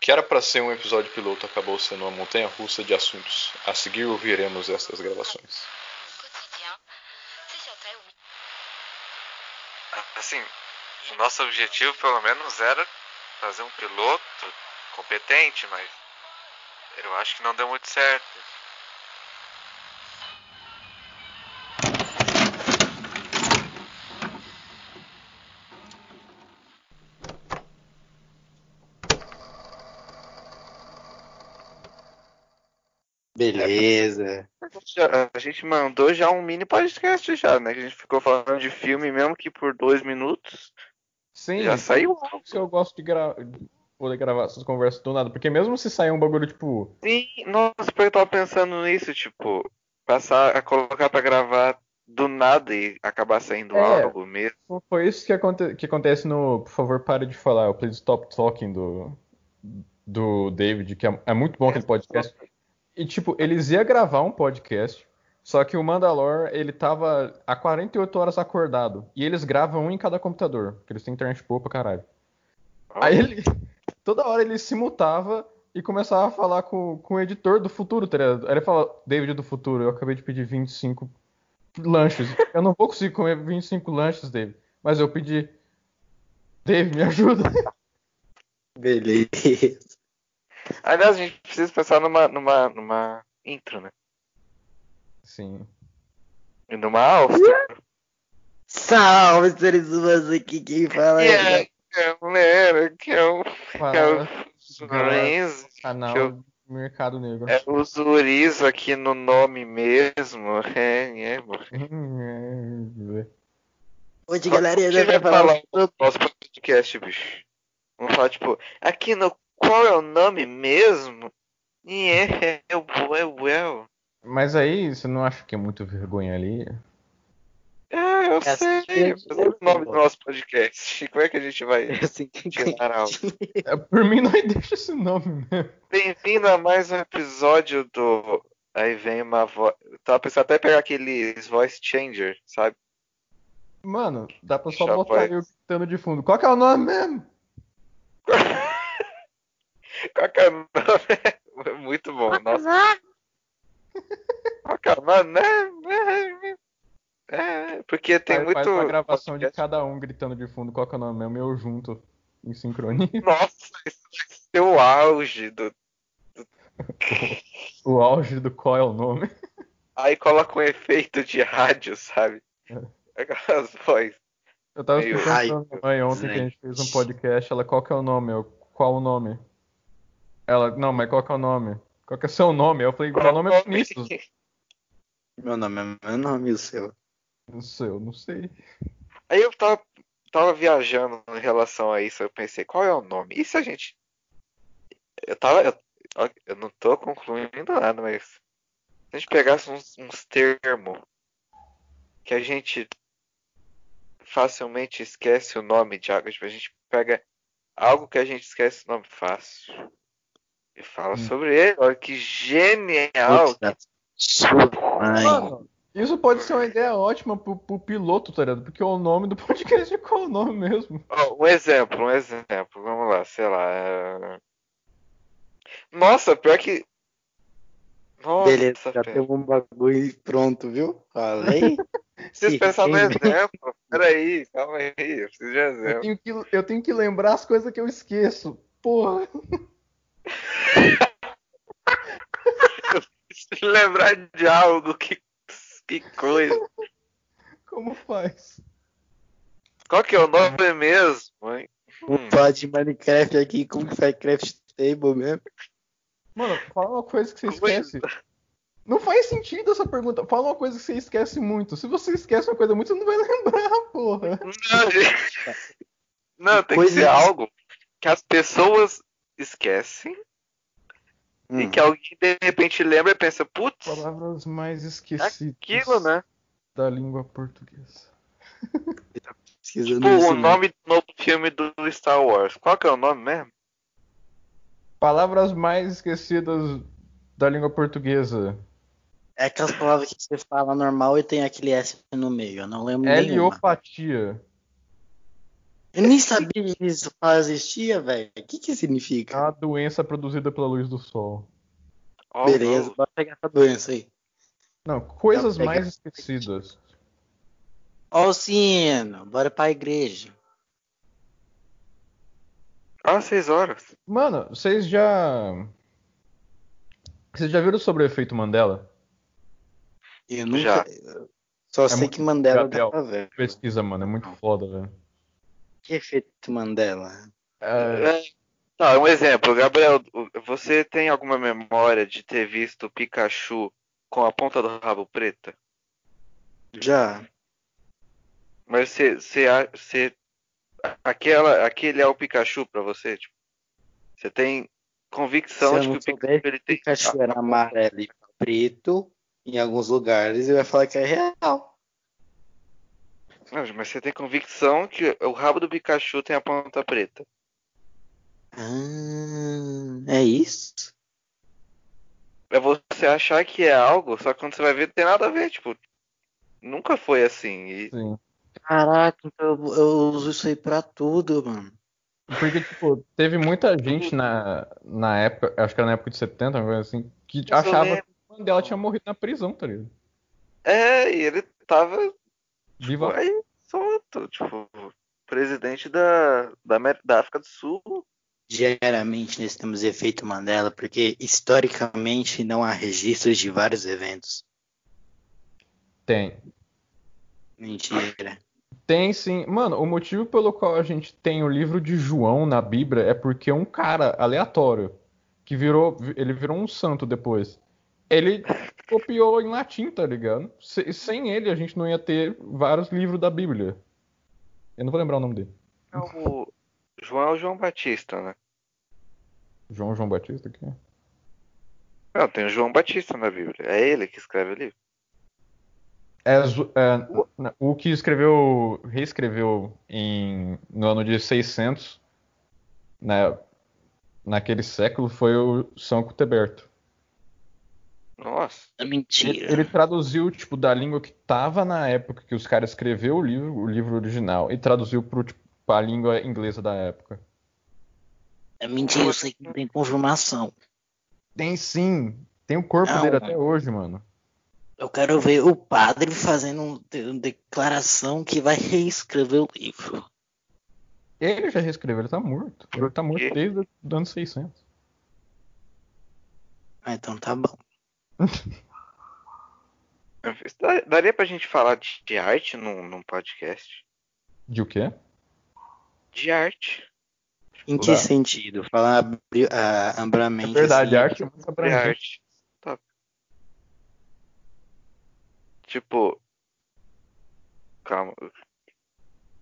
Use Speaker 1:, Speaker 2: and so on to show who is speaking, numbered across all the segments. Speaker 1: que era para ser um episódio piloto acabou sendo uma montanha russa de assuntos. A seguir ouviremos estas gravações.
Speaker 2: Assim, o nosso objetivo pelo menos era fazer um piloto competente, mas eu acho que não deu muito certo.
Speaker 3: Beleza.
Speaker 4: Já- a gente mandou já um mini podcast já, né? Que a gente ficou falando de filme mesmo que por dois minutos
Speaker 5: Sim,
Speaker 4: já saiu.
Speaker 5: isso eu gosto de gra- de poder gravar essas conversas do nada. Porque mesmo se sair um bagulho, tipo,
Speaker 4: Sim, nossa, porque eu tava pensando nisso, tipo, passar a colocar pra gravar do nada e acabar saindo
Speaker 5: É.
Speaker 4: algo mesmo.
Speaker 5: foi isso que, aconte- que acontece no. Por favor, pare de falar. O Please Stop Talking do, do David, que é, é muito bom aquele podcast. E, tipo, eles iam gravar um podcast. Só que o Mandalor, ele tava há 48 horas acordado. E eles gravam um em cada computador. Porque eles têm internet boa pra caralho. Aí ele. Toda hora ele se mutava e começava a falar com, com o editor do futuro, tá ligado? Aí ele fala, David do futuro, eu acabei de pedir 25 lanches. Eu não vou conseguir comer 25 lanches, David. Mas eu pedi. David, me ajuda.
Speaker 3: Beleza.
Speaker 4: Aliás, a gente precisa pensar numa, numa, numa intro, né?
Speaker 5: Sim.
Speaker 4: E Numa alça.
Speaker 3: Salve, seres humanos aqui, quem fala é.
Speaker 4: galera, que é o
Speaker 5: Fala,
Speaker 4: Renzo,
Speaker 5: canal
Speaker 4: que eu-
Speaker 5: Mercado Negro.
Speaker 4: é o Zurizo aqui no nome mesmo. É, é, mano.
Speaker 3: Hoje, galerinha,
Speaker 4: Quem
Speaker 3: já
Speaker 4: vai
Speaker 3: vai
Speaker 4: falar
Speaker 3: falar.
Speaker 4: do nosso podcast, bicho? Vamos falar, tipo, aqui no qual é o nome mesmo? E é, é o Well Well.
Speaker 5: Mas aí, você não acha que é muito vergonha ali?
Speaker 4: Ah, eu
Speaker 3: É
Speaker 4: sei.
Speaker 3: assim que a gente
Speaker 4: mas é o nome
Speaker 3: vai.
Speaker 4: do nosso podcast. Como é que a gente vai
Speaker 3: É assim que
Speaker 4: tirar algo?
Speaker 5: É, Por mim, não deixa esse nome mesmo.
Speaker 4: Bem-vindo a mais um episódio do. Aí vem uma voz. Tava pensando até pegar aqueles voice changer, sabe?
Speaker 5: Mano, dá pra só
Speaker 4: Já
Speaker 5: botar
Speaker 4: vai.
Speaker 5: eu gritando de fundo. Qual que é o nome mesmo?
Speaker 4: Qual que é o nome? né? Muito bom. Nossa. Qual que é o nome? né? É, porque tem
Speaker 5: Faz-
Speaker 4: muito.
Speaker 5: Faz uma gravação de cada um gritando de fundo. Qual que é o nome mesmo? Eu junto. Em sincronia.
Speaker 4: Nossa, isso vai ser o auge do.
Speaker 5: O auge do qual é o nome.
Speaker 4: Aí coloca um efeito de rádio, sabe?
Speaker 5: É.
Speaker 4: Aquelas vozes.
Speaker 5: Eu tava
Speaker 4: Meio
Speaker 5: explicando pra minha mãe ontem que a gente fez um podcast. Ela, qual que é o nome? Eu, qual o nome? Ela, não, mas qual que é o nome? Qual que é seu nome? Eu falei, meu nome é
Speaker 4: um
Speaker 5: Vinícius.
Speaker 3: Meu nome é meu nome e o seu.
Speaker 5: Não sei, eu não sei.
Speaker 4: Aí eu tava, tava viajando em relação a isso, eu pensei, qual é o nome? E se a gente. Eu tava. Eu, ó, eu não tô concluindo nada, mas. Se a gente pegasse uns, uns termos que a gente facilmente esquece o nome de algo, tipo, a gente pega algo que a gente esquece o nome fácil. E fala
Speaker 5: Hum.
Speaker 4: sobre ele, olha que genial!
Speaker 3: Puta, sua mãe.
Speaker 5: Mano, isso pode ser uma ideia ótima pro, pro piloto, tá ligado? Porque o nome do podcast é qual o nome mesmo.
Speaker 4: Ó, um exemplo, um exemplo. Vamos lá, sei lá. é- Nossa, pior que. Nossa,
Speaker 3: Beleza, já
Speaker 4: pera.
Speaker 3: tem um bagulho pronto, viu? Falei.
Speaker 4: preciso
Speaker 3: Sim,
Speaker 4: pensar no
Speaker 3: sim.
Speaker 4: exemplo. Peraí, calma aí, eu preciso de
Speaker 5: Eu
Speaker 4: exemplo.
Speaker 5: tenho que, eu tenho que lembrar as coisas que eu esqueço. Porra.
Speaker 4: Preciso lembrar de algo, que, que coisa.
Speaker 5: Como faz?
Speaker 4: Qual que é o nome mesmo, hein? Hum.
Speaker 3: Vamos falar de um Minecraft aqui, como que faz Craft Table mesmo?
Speaker 5: Mano, fala uma coisa que você
Speaker 4: Coisa.
Speaker 5: esquece. Não faz sentido essa pergunta. Fala uma coisa que você esquece muito. Se você esquece uma coisa muito, você não vai lembrar, porra.
Speaker 4: Não, gente. Não, tem que
Speaker 3: Coisa-
Speaker 4: ser algo que as pessoas esquecem
Speaker 3: Hum.
Speaker 4: e que alguém de repente lembra e pensa, putz,
Speaker 5: Palavras mais esquecidas
Speaker 4: aquilo, né?
Speaker 5: da língua portuguesa.
Speaker 3: Pesquisando
Speaker 4: Tipo,
Speaker 3: isso,
Speaker 4: o
Speaker 3: né?
Speaker 4: nome do novo filme do Star Wars. Qual que é o nome mesmo?
Speaker 5: Palavras mais esquecidas da língua portuguesa.
Speaker 3: É aquelas palavras que você fala normal e tem aquele S no meio. Eu não lembro nenhuma.
Speaker 5: Heliopatia.
Speaker 3: Eu nem sabia que isso existia, velho. O que que
Speaker 5: É
Speaker 3: significa?
Speaker 5: uma doença produzida pela luz do sol.
Speaker 4: Oh,
Speaker 3: Beleza,
Speaker 4: Ah, não.
Speaker 3: bora pegar essa doença aí.
Speaker 5: Não, coisas
Speaker 3: Não, pega-
Speaker 5: mais esquecidas.
Speaker 3: Ó o sino, bora pra igreja.
Speaker 4: Ah, seis horas.
Speaker 5: Mano, vocês já. Vocês já viram sobre o efeito Mandela?
Speaker 3: Eu nunca...
Speaker 4: Já. É
Speaker 3: Só sei
Speaker 5: muito-
Speaker 3: que Mandela
Speaker 5: Gabriel.
Speaker 3: tava velho.
Speaker 5: Pesquisa, mano, é muito foda, velho.
Speaker 3: Que efeito Mandela?
Speaker 4: É, Tá, um exemplo. Gabriel, o- você tem alguma memória de ter visto o Pikachu com a ponta do rabo preta?
Speaker 3: Já.
Speaker 4: Mas você, você, a- você aquela, aquele é o Pikachu pra você? Tipo, você tem
Speaker 3: Se
Speaker 4: convicção
Speaker 3: eu
Speaker 4: de que
Speaker 3: não
Speaker 4: o Pikachu
Speaker 3: soubesse,
Speaker 4: ele tem
Speaker 3: Pikachu era amarelo e preto em alguns lugares e vai falar que é real.
Speaker 4: Não, Ah, mas você tem convicção que o rabo do Pikachu tem a ponta preta.
Speaker 3: Ah, é isso?
Speaker 4: É você achar que é algo, só que quando você vai ver, não tem nada a ver, tipo. Nunca foi assim. E
Speaker 5: Sim.
Speaker 3: Caraca, então eu, eu uso isso aí pra tudo, mano.
Speaker 5: Porque, tipo, teve muita gente na, na época, acho que era na época de 70, uma coisa assim, que
Speaker 4: Eu só
Speaker 5: achava
Speaker 4: lembro.
Speaker 5: que o Mandela tinha morrido na prisão, tá ligado?
Speaker 4: é, e ele tava
Speaker 5: Viva.
Speaker 4: tipo, aí solto, tipo, presidente da, da, Amé- da África do Sul.
Speaker 3: Geralmente nós temos né, efeito Mandela porque historicamente não há registros de vários eventos.
Speaker 5: Tem.
Speaker 3: Mentira.
Speaker 5: Tem sim. Mano, o motivo pelo qual a gente tem o livro de João na Bíblia é porque um cara aleatório, que virou, ele virou um santo depois, ele copiou em latim, tá ligado? Se- sem ele, a gente não ia ter vários livros da Bíblia. Eu não vou lembrar o nome dele.
Speaker 4: É o João é o João Batista, né?
Speaker 5: João João Batista é? aqui.
Speaker 4: Não, tem o João Batista na Bíblia. É ele que escreve o livro.
Speaker 5: É, zo- é, n- o que escreveu, reescreveu em, no ano de 600, né, naquele século, foi o São Cuteberto.
Speaker 4: Nossa.
Speaker 3: É
Speaker 5: Ele,
Speaker 3: mentira.
Speaker 5: ele traduziu, tipo, da língua que tava na época que os caras escreveu o livro, o livro original, e traduziu pro, tipo, pra língua inglesa da época.
Speaker 3: É mentira, eu sei que não tem confirmação.
Speaker 5: Tem sim, tem o corpo
Speaker 3: Não,
Speaker 5: dele
Speaker 3: mano.
Speaker 5: até hoje, mano.
Speaker 3: Eu quero ver o padre fazendo um- de- uma declaração que vai reescrever o livro.
Speaker 5: Ele já reescreveu, ele tá morto. Ele tá morto desde o ano 600.
Speaker 3: Ah, então tá bom.
Speaker 4: Dá- Daria pra gente falar de, de arte num, num podcast?
Speaker 5: De o quê?
Speaker 4: De arte.
Speaker 3: Em que
Speaker 5: Tá.
Speaker 3: sentido? Falar abri- ah,
Speaker 5: É
Speaker 3: amplamente.
Speaker 5: verdade,
Speaker 3: assim.
Speaker 5: arte é muito
Speaker 4: De
Speaker 5: abrangente.
Speaker 4: arte. Top. Tipo. Calma.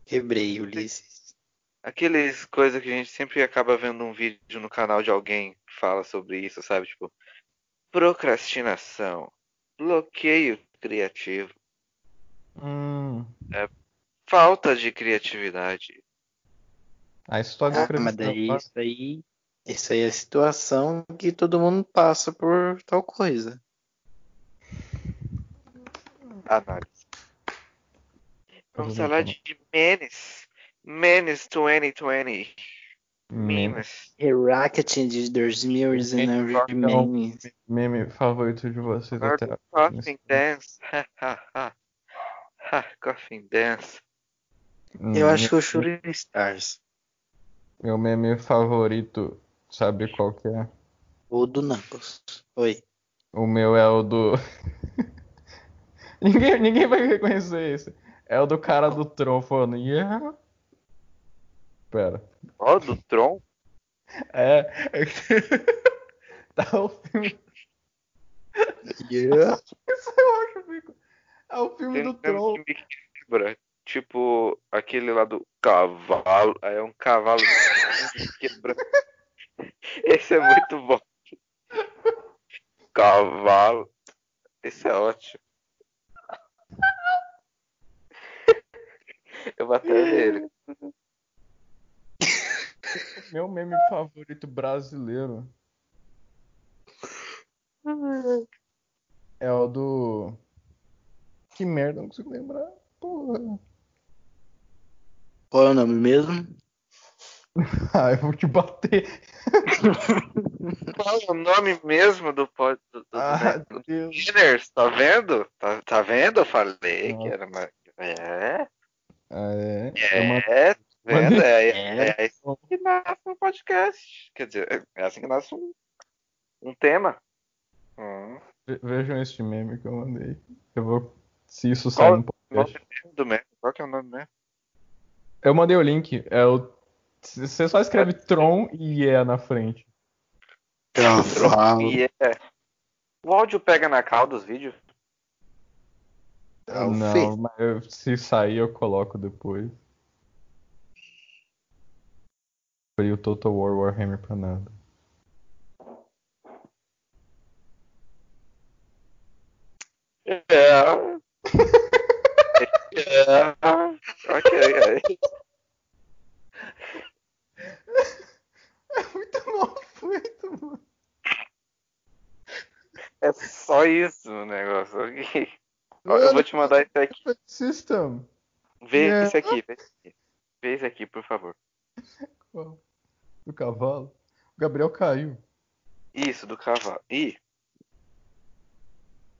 Speaker 3: Quebrei, Ulisses.
Speaker 4: Aqueles coisas que a gente sempre acaba vendo um vídeo no canal de alguém que fala sobre isso, sabe? Tipo, procrastinação, bloqueio criativo,
Speaker 5: Hum,
Speaker 4: falta de criatividade.
Speaker 5: a história é da
Speaker 3: Ah, mas daí
Speaker 5: escravidão.
Speaker 3: isso aí. Isso aí é a situação que todo mundo passa por tal coisa.
Speaker 4: Análise. Vamos falar de Menes. Menes 2020.
Speaker 5: Meme,
Speaker 4: Memes.
Speaker 3: Rocket de 2019
Speaker 5: Rocket, não.
Speaker 3: memes.
Speaker 5: meme favorito de vocês
Speaker 4: Agora
Speaker 5: até agora.
Speaker 4: Coffin Dance. Ha, ha, ha. Ha, Coffin Dance.
Speaker 3: Eu acho que eu choro em Stars.
Speaker 5: Hum, Meu meme favorito, sabe qual que é?
Speaker 3: Ou do Knuckles. Oi.
Speaker 5: O meu é o do. ninguém, ninguém vai reconhecer esse. É o do cara do Tron falando. Yeah. Pera.
Speaker 4: Ó, do Tron.
Speaker 5: É. é que- tá o filme.
Speaker 3: Yeah.
Speaker 5: Isso eu acho que É o filme
Speaker 4: Tem
Speaker 5: do
Speaker 4: um
Speaker 5: Tron.
Speaker 4: filme que lembra. Tipo, aquele lá do cavalo. Aí é um cavalo quebra. Esse é muito bom. Cavalo. Esse é ótimo. Eu vou até ver ele.
Speaker 5: Meu meme favorito brasileiro. É o do. Que merda, não consigo lembrar. Porra.
Speaker 3: Qual é o nome mesmo?
Speaker 5: ah, eu vou te bater.
Speaker 4: Qual é o nome mesmo do pod. Do, do,
Speaker 5: Ah,
Speaker 4: do- do-
Speaker 5: Deus.
Speaker 4: Beginners, tá vendo? Tá, tá vendo? Eu falei
Speaker 5: Nossa.
Speaker 4: que era uma. É,
Speaker 5: Ah, é. Eu mandei-
Speaker 4: é, tá vendo? É, é,
Speaker 3: É.
Speaker 4: é assim que nasce um podcast. Quer dizer, é assim que nasce um, um tema. Hum.
Speaker 5: Ve- Vejam este meme que eu mandei. Eu vou. Se isso sair no
Speaker 4: Qual
Speaker 5: podcast.
Speaker 4: que é o nome do mesmo? Qual que é o nome mesmo?
Speaker 5: Eu mandei o link. É o... c- Você só escreve Tron e E na frente.
Speaker 3: Então, fala.
Speaker 4: E é. O áudio pega na cal dos vídeos?
Speaker 3: Ah, o
Speaker 5: Não,
Speaker 3: Fê.
Speaker 5: mas eu- se sair eu coloco depois. Abri o Total War Warhammer pra nada.
Speaker 4: É. é. Ok, ok.
Speaker 5: É Muito mal feito, mano.
Speaker 4: É só isso o negócio. ok? Ó, Eu vou te mandar isso aqui.
Speaker 5: System.
Speaker 4: Vê
Speaker 5: É.
Speaker 4: isso aqui, vê isso aqui. Vê isso aqui, por favor.
Speaker 5: Do cavalo. O Gabriel caiu.
Speaker 4: Isso, do cavalo. Ih,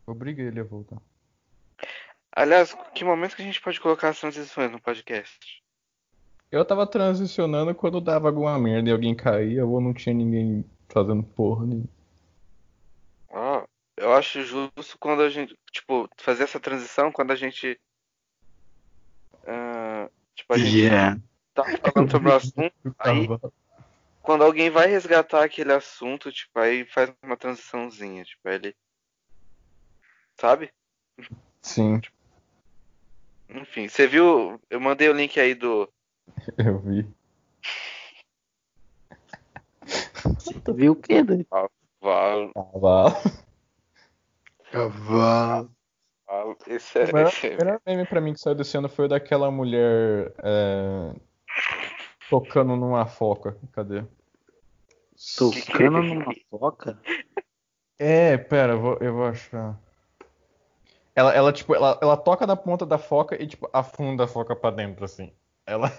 Speaker 5: Obriguei ele a voltar.
Speaker 4: aliás, que momento que a gente pode colocar as transições no podcast?
Speaker 5: Eu tava transicionando quando dava alguma merda e alguém caía ou não tinha ninguém fazendo porra nenhuma.
Speaker 4: Ó, eu acho justo quando a gente, tipo, fazer essa transição quando a gente. ah, tipo, a gente
Speaker 3: Yeah.
Speaker 4: tá falando sobre o assunto,
Speaker 5: Do
Speaker 4: Aí-
Speaker 5: cavalo.
Speaker 4: quando alguém vai resgatar aquele assunto, tipo, aí faz uma transiçãozinha, tipo, aí ele. Sabe?
Speaker 5: Sim,
Speaker 4: Enfim, você viu? Eu mandei o link aí do.
Speaker 5: eu vi.
Speaker 3: Tu viu o quê, doido?
Speaker 4: Val,
Speaker 5: Cavalo.
Speaker 3: Cavalo.
Speaker 4: Val, esse
Speaker 5: O melhor,
Speaker 4: é.
Speaker 5: o melhor meme pra mim que saiu desse ano foi o daquela mulher é, tocando numa foca. Cadê?
Speaker 3: Tocando numa foca?
Speaker 5: É, pera, eu vou, eu vou achar. Ela, ela, tipo, ela, ela toca na ponta da foca e, tipo, afunda a foca pra dentro, assim. Ela.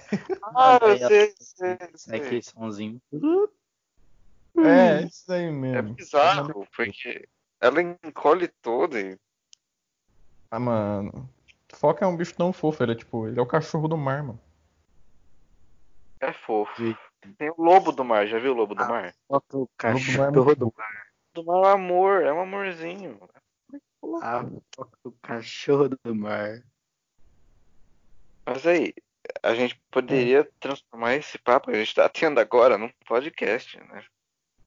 Speaker 4: Ah, eu
Speaker 3: Aí ela- assim,
Speaker 4: sei, sei,
Speaker 3: Sai
Speaker 4: sei.
Speaker 3: aquele somzinho.
Speaker 5: É, isso daí
Speaker 4: É
Speaker 3: um
Speaker 5: mesmo.
Speaker 4: bizarro, porque ela encolhe toda e.
Speaker 5: Ah, mano. Foca é um bicho tão fofo, ele é tipo, ele é o cachorro do mar, mano.
Speaker 4: É fofo.
Speaker 3: Sim.
Speaker 4: Tem o lobo do mar, já viu o lobo do
Speaker 3: Ah.
Speaker 4: mar?
Speaker 3: Foca o
Speaker 5: O lobo do mar é
Speaker 3: cachorro
Speaker 5: muito
Speaker 3: do mar.
Speaker 4: Do mar é um amor, é um amorzinho.
Speaker 3: Ah, foca o cachorro do mar.
Speaker 4: Mas aí, a gente
Speaker 3: É.
Speaker 4: poderia transformar esse papo que a gente tá tendo agora num podcast, né?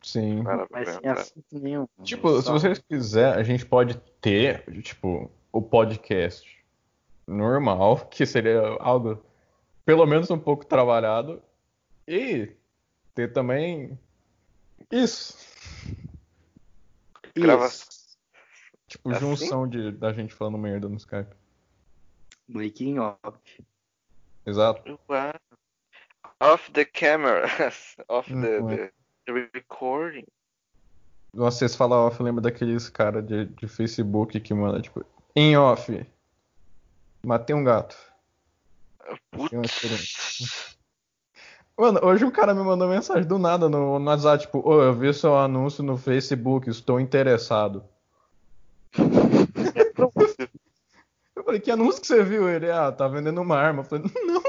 Speaker 5: Sim.
Speaker 4: Para pra
Speaker 3: Uhum, Mas sem
Speaker 4: pensar.
Speaker 3: assunto nenhum.
Speaker 5: Tipo, se
Speaker 3: Só-
Speaker 5: vocês quiserem, a gente pode ter, tipo, o podcast normal, que seria algo pelo menos um pouco trabalhado, e ter também isso.
Speaker 3: Isso.
Speaker 4: gravação.
Speaker 5: Tipo,
Speaker 4: Assim?
Speaker 5: junção de, da gente falando merda no Skype.
Speaker 3: Making off.
Speaker 5: Exato.
Speaker 4: Uau. Off the camera, off the,
Speaker 3: Uhum.
Speaker 5: Não é.
Speaker 4: the- the recording.
Speaker 5: Nossa, vocês falam off, lembra daqueles cara de, de Facebook que manda, tipo, em off, matei um gato. Tem uma
Speaker 4: Putz.
Speaker 5: Mano, hoje um cara me mandou mensagem do nada no, no WhatsApp, tipo, ô, eu vi seu anúncio no Facebook, estou interessado. Eu falei, que anúncio que você viu? Ele, ah, tá vendendo uma arma. Eu falei, não.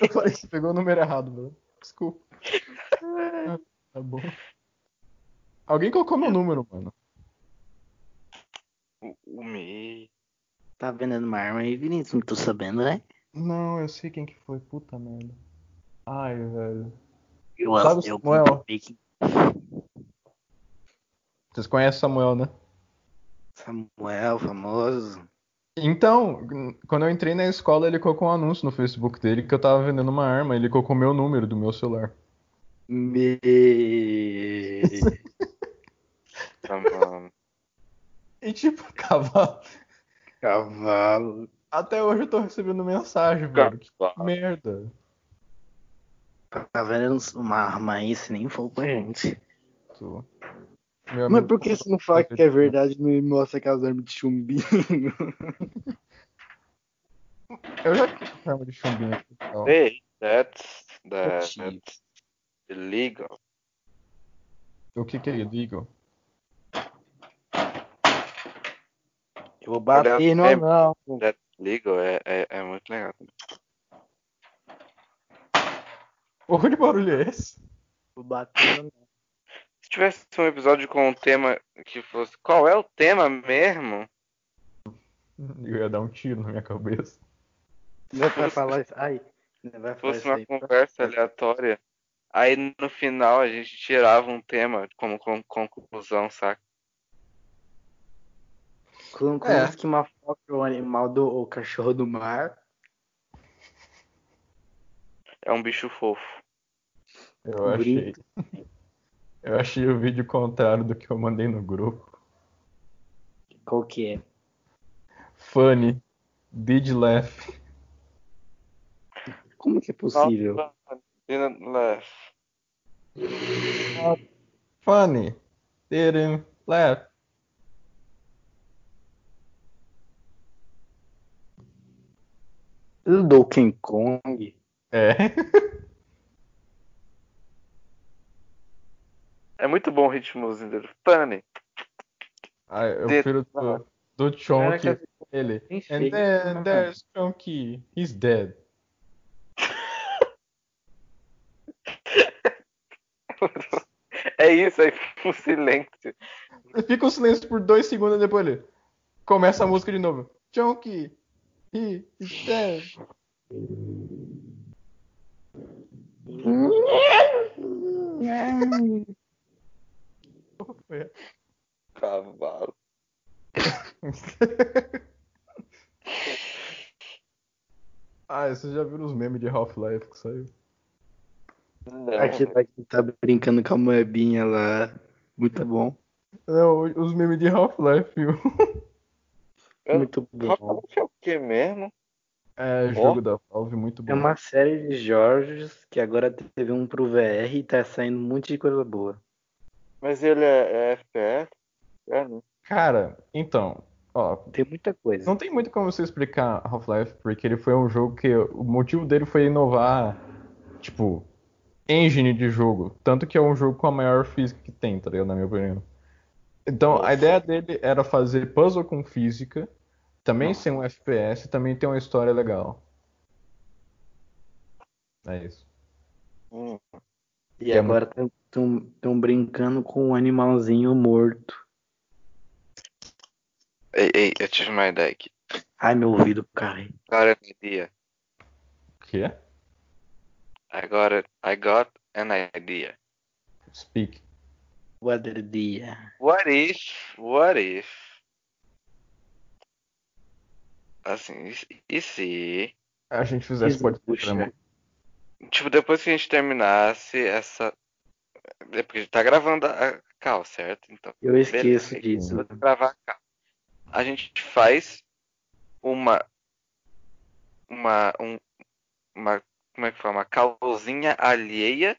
Speaker 5: Eu falei, você pegou o número errado, mano. Desculpa. Ah, Tá bom. Alguém colocou meu número, mano.
Speaker 4: O, o Mi.
Speaker 3: Tá vendendo uma arma aí, Vinícius? Não tô sabendo, né?
Speaker 5: Não, eu sei quem que foi, puta merda. Ai, velho.
Speaker 3: Eu,
Speaker 5: Sabe o
Speaker 3: eu
Speaker 5: Samuel?
Speaker 3: making
Speaker 5: Vocês conhecem Samuel, né?
Speaker 3: Samuel, famoso.
Speaker 5: Então, quando eu entrei na escola, ele colocou um anúncio no Facebook dele que eu tava vendendo uma arma. Ele colocou meu número do meu celular.
Speaker 3: Me...
Speaker 4: Tá bom.
Speaker 5: E tipo, cavalo.
Speaker 3: Cavalo.
Speaker 5: Até hoje eu tô recebendo mensagem, velho. Que merda.
Speaker 3: Tá vendo uma arma aí, se nem for pra gente.
Speaker 5: Tô. Meu
Speaker 3: Mas
Speaker 5: amigo-
Speaker 3: por que você não fala que é verdade e me mostra aquelas armas de chumbinho?
Speaker 5: Eu já tive forma de chumbinho aqui. então.
Speaker 4: Ei, that's, that,
Speaker 3: Sim.
Speaker 4: that's illegal.
Speaker 5: O que que é illegal?
Speaker 3: Eu vou bater no
Speaker 4: Olha, é-
Speaker 3: anão.
Speaker 4: That's legal é, é, é muito legal.
Speaker 5: Porra de barulho é esse?
Speaker 3: Vou bater no anão.
Speaker 4: Se tivesse um episódio com um tema que fosse. Qual é o tema mesmo?
Speaker 5: Eu ia dar um tiro na minha cabeça.
Speaker 3: Não vai falar isso. Ai, não vai
Speaker 4: Se
Speaker 3: falar
Speaker 4: fosse
Speaker 3: isso
Speaker 4: uma
Speaker 3: aí.
Speaker 4: conversa aleatória. Aí no final a gente tirava um tema como, como conclusão, saca?
Speaker 3: Como, como
Speaker 5: É.
Speaker 3: diz que mafoca é o animal do o cachorro do mar?
Speaker 4: É um bicho fofo.
Speaker 5: Eu
Speaker 3: Um
Speaker 5: achei. Eu achei o vídeo contrário do que eu mandei no grupo.
Speaker 3: Qual que é?
Speaker 5: Funny. Did laugh.
Speaker 3: Como que é possível?
Speaker 5: Funny. Didn't laugh.
Speaker 3: Do Donkey Kong?
Speaker 5: É.
Speaker 4: É muito bom o ritmozinho dele. Funny.
Speaker 5: Ah, eu
Speaker 4: Did
Speaker 5: prefiro do, do Chonky.
Speaker 3: Caraca,
Speaker 5: Ele.
Speaker 3: bem
Speaker 5: And
Speaker 3: feio. é.
Speaker 5: then
Speaker 3: né?
Speaker 5: there's Chonky. He's dead.
Speaker 4: É isso aí, um silêncio.
Speaker 5: Fica o silêncio por dois segundos e depois ele começa a música de novo. Chonky. He is dead.
Speaker 3: É.
Speaker 5: Foi
Speaker 4: Cavalo.
Speaker 5: Ah, vocês já viram os memes de Half-Life que saiu?
Speaker 4: Não.
Speaker 3: Aqui aqui tá brincando com a moebinha lá. Muito bom.
Speaker 5: Não, os memes de Half-Life, um. viu?
Speaker 4: Eu-
Speaker 3: Muito bom.
Speaker 4: Rafa, é o que mesmo?
Speaker 5: É, jogo da Valve, muito bom.
Speaker 3: É uma série de Jorges que agora teve um pro VR e tá saindo um monte de coisa boa.
Speaker 4: Mas ele é, é FPS? É, né?
Speaker 5: Cara, então, ó,
Speaker 3: Tem muita coisa.
Speaker 5: não tem muito como você explicar Half-Life, porque ele foi um jogo que o motivo dele foi inovar, tipo, engine de jogo. Tanto que é um jogo com a maior física que tem, tá ligado? Na minha opinião. Então, a ideia dele era fazer puzzle com física, também ser um FPS, também ter uma história legal. É isso.
Speaker 4: Hum.
Speaker 3: E
Speaker 5: é
Speaker 3: agora estão brincando com um animalzinho morto.
Speaker 4: Ei, ei, eu tive uma ideia aqui.
Speaker 3: Ai, meu ouvido, cara.
Speaker 4: Agora é dia.
Speaker 5: O que é?
Speaker 4: Agora, I got an idea.
Speaker 5: Speak.
Speaker 3: Guadardia.
Speaker 4: What if, what if? Assim, e se- e se?
Speaker 5: A gente fizesse
Speaker 3: Isso,
Speaker 5: podcast.
Speaker 3: puxa.
Speaker 5: né?
Speaker 4: Tipo, depois que a gente terminasse essa. É porque a gente tá gravando a a cal, certo? Então,
Speaker 3: Eu esqueço
Speaker 4: Beleza.
Speaker 3: disso.
Speaker 4: vou gravar a cal. A gente faz uma. Uma. Um, uma como é que fala? Uma calzinha alheia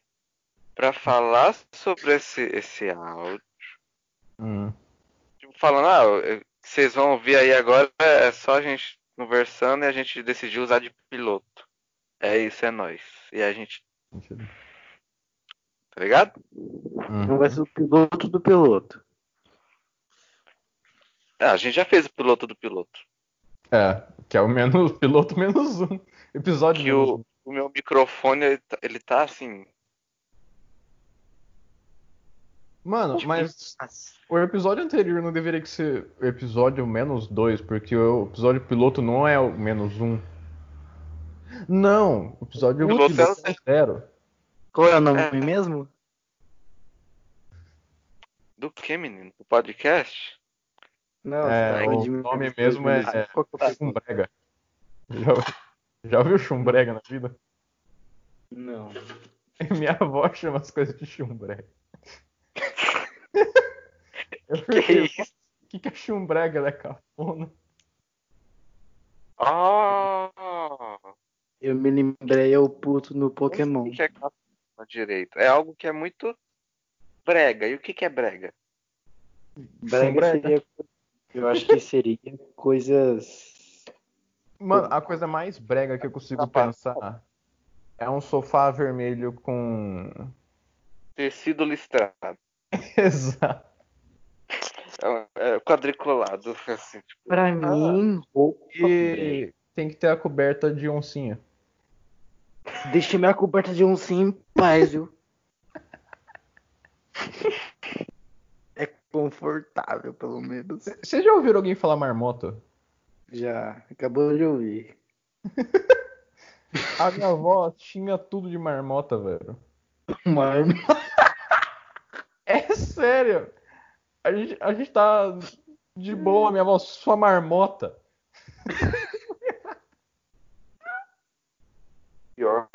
Speaker 4: pra falar sobre esse, esse áudio.
Speaker 5: Hum.
Speaker 4: tipo, falando, ah, o que vocês vão ouvir aí agora é só a gente conversando e a gente decidiu usar de piloto. É isso, é nóis. E a gente,
Speaker 5: Sentido.
Speaker 4: tá ligado?
Speaker 5: hum.
Speaker 3: Não vai ser o piloto do piloto.
Speaker 4: Ah, a gente já fez o piloto do piloto.
Speaker 5: É, que é o menos piloto menos um. Episódio
Speaker 4: Que
Speaker 5: menos
Speaker 4: o, o meu microfone, ele tá, ele tá assim.
Speaker 5: um. Mano, mas o episódio anterior não deveria que ser o episódio menos dois, porque o episódio piloto não é o menos um. Não, o episódio
Speaker 4: Piloto
Speaker 5: piloto
Speaker 4: é
Speaker 5: é zero.
Speaker 3: Qual é o nome
Speaker 4: É.
Speaker 3: mesmo?
Speaker 4: Do que, menino? Do podcast?
Speaker 3: Não,
Speaker 5: É,
Speaker 3: você tá
Speaker 5: o
Speaker 3: confundindo
Speaker 5: nome
Speaker 3: as
Speaker 5: mesmo
Speaker 3: coisas.
Speaker 5: é-
Speaker 3: Qual que eu
Speaker 4: Tá.
Speaker 3: fiz?
Speaker 5: Chumbrega. Já, já ouviu chumbrega na vida?
Speaker 3: Não.
Speaker 5: Minha avó chama as coisas de chumbrega. Eu fiquei,
Speaker 4: isso?
Speaker 5: o que, que é chumbrega, né, cafona?
Speaker 4: Ah!
Speaker 3: Eu me lembrei é o puto no
Speaker 4: O
Speaker 3: Pokémon.
Speaker 4: que é cafona direito? É algo que é muito brega. E o que, que é brega?
Speaker 3: Brega
Speaker 5: Brega.
Speaker 3: né? seria. Eu acho que seria coisas.
Speaker 5: Mano, a coisa mais brega que eu
Speaker 4: Tá,
Speaker 5: consigo pensar é um sofá vermelho com.
Speaker 4: Tecido listrado.
Speaker 5: Exato.
Speaker 4: É, é quadriculado. Assim, tipo.
Speaker 3: Pra mim, roupa. velho.
Speaker 5: E tem que ter a coberta de oncinha.
Speaker 3: Deixa minha coberta de oncinha em paz, viu? É confortável, pelo menos.
Speaker 5: Vocês já ouviram alguém falar marmota?
Speaker 3: Já, acabou de ouvir.
Speaker 5: A minha avó tinha tudo de marmota, velho.
Speaker 3: Uma arma.
Speaker 5: É sério. A gente, a gente tá de boa, minha avó, sua marmota.
Speaker 4: pior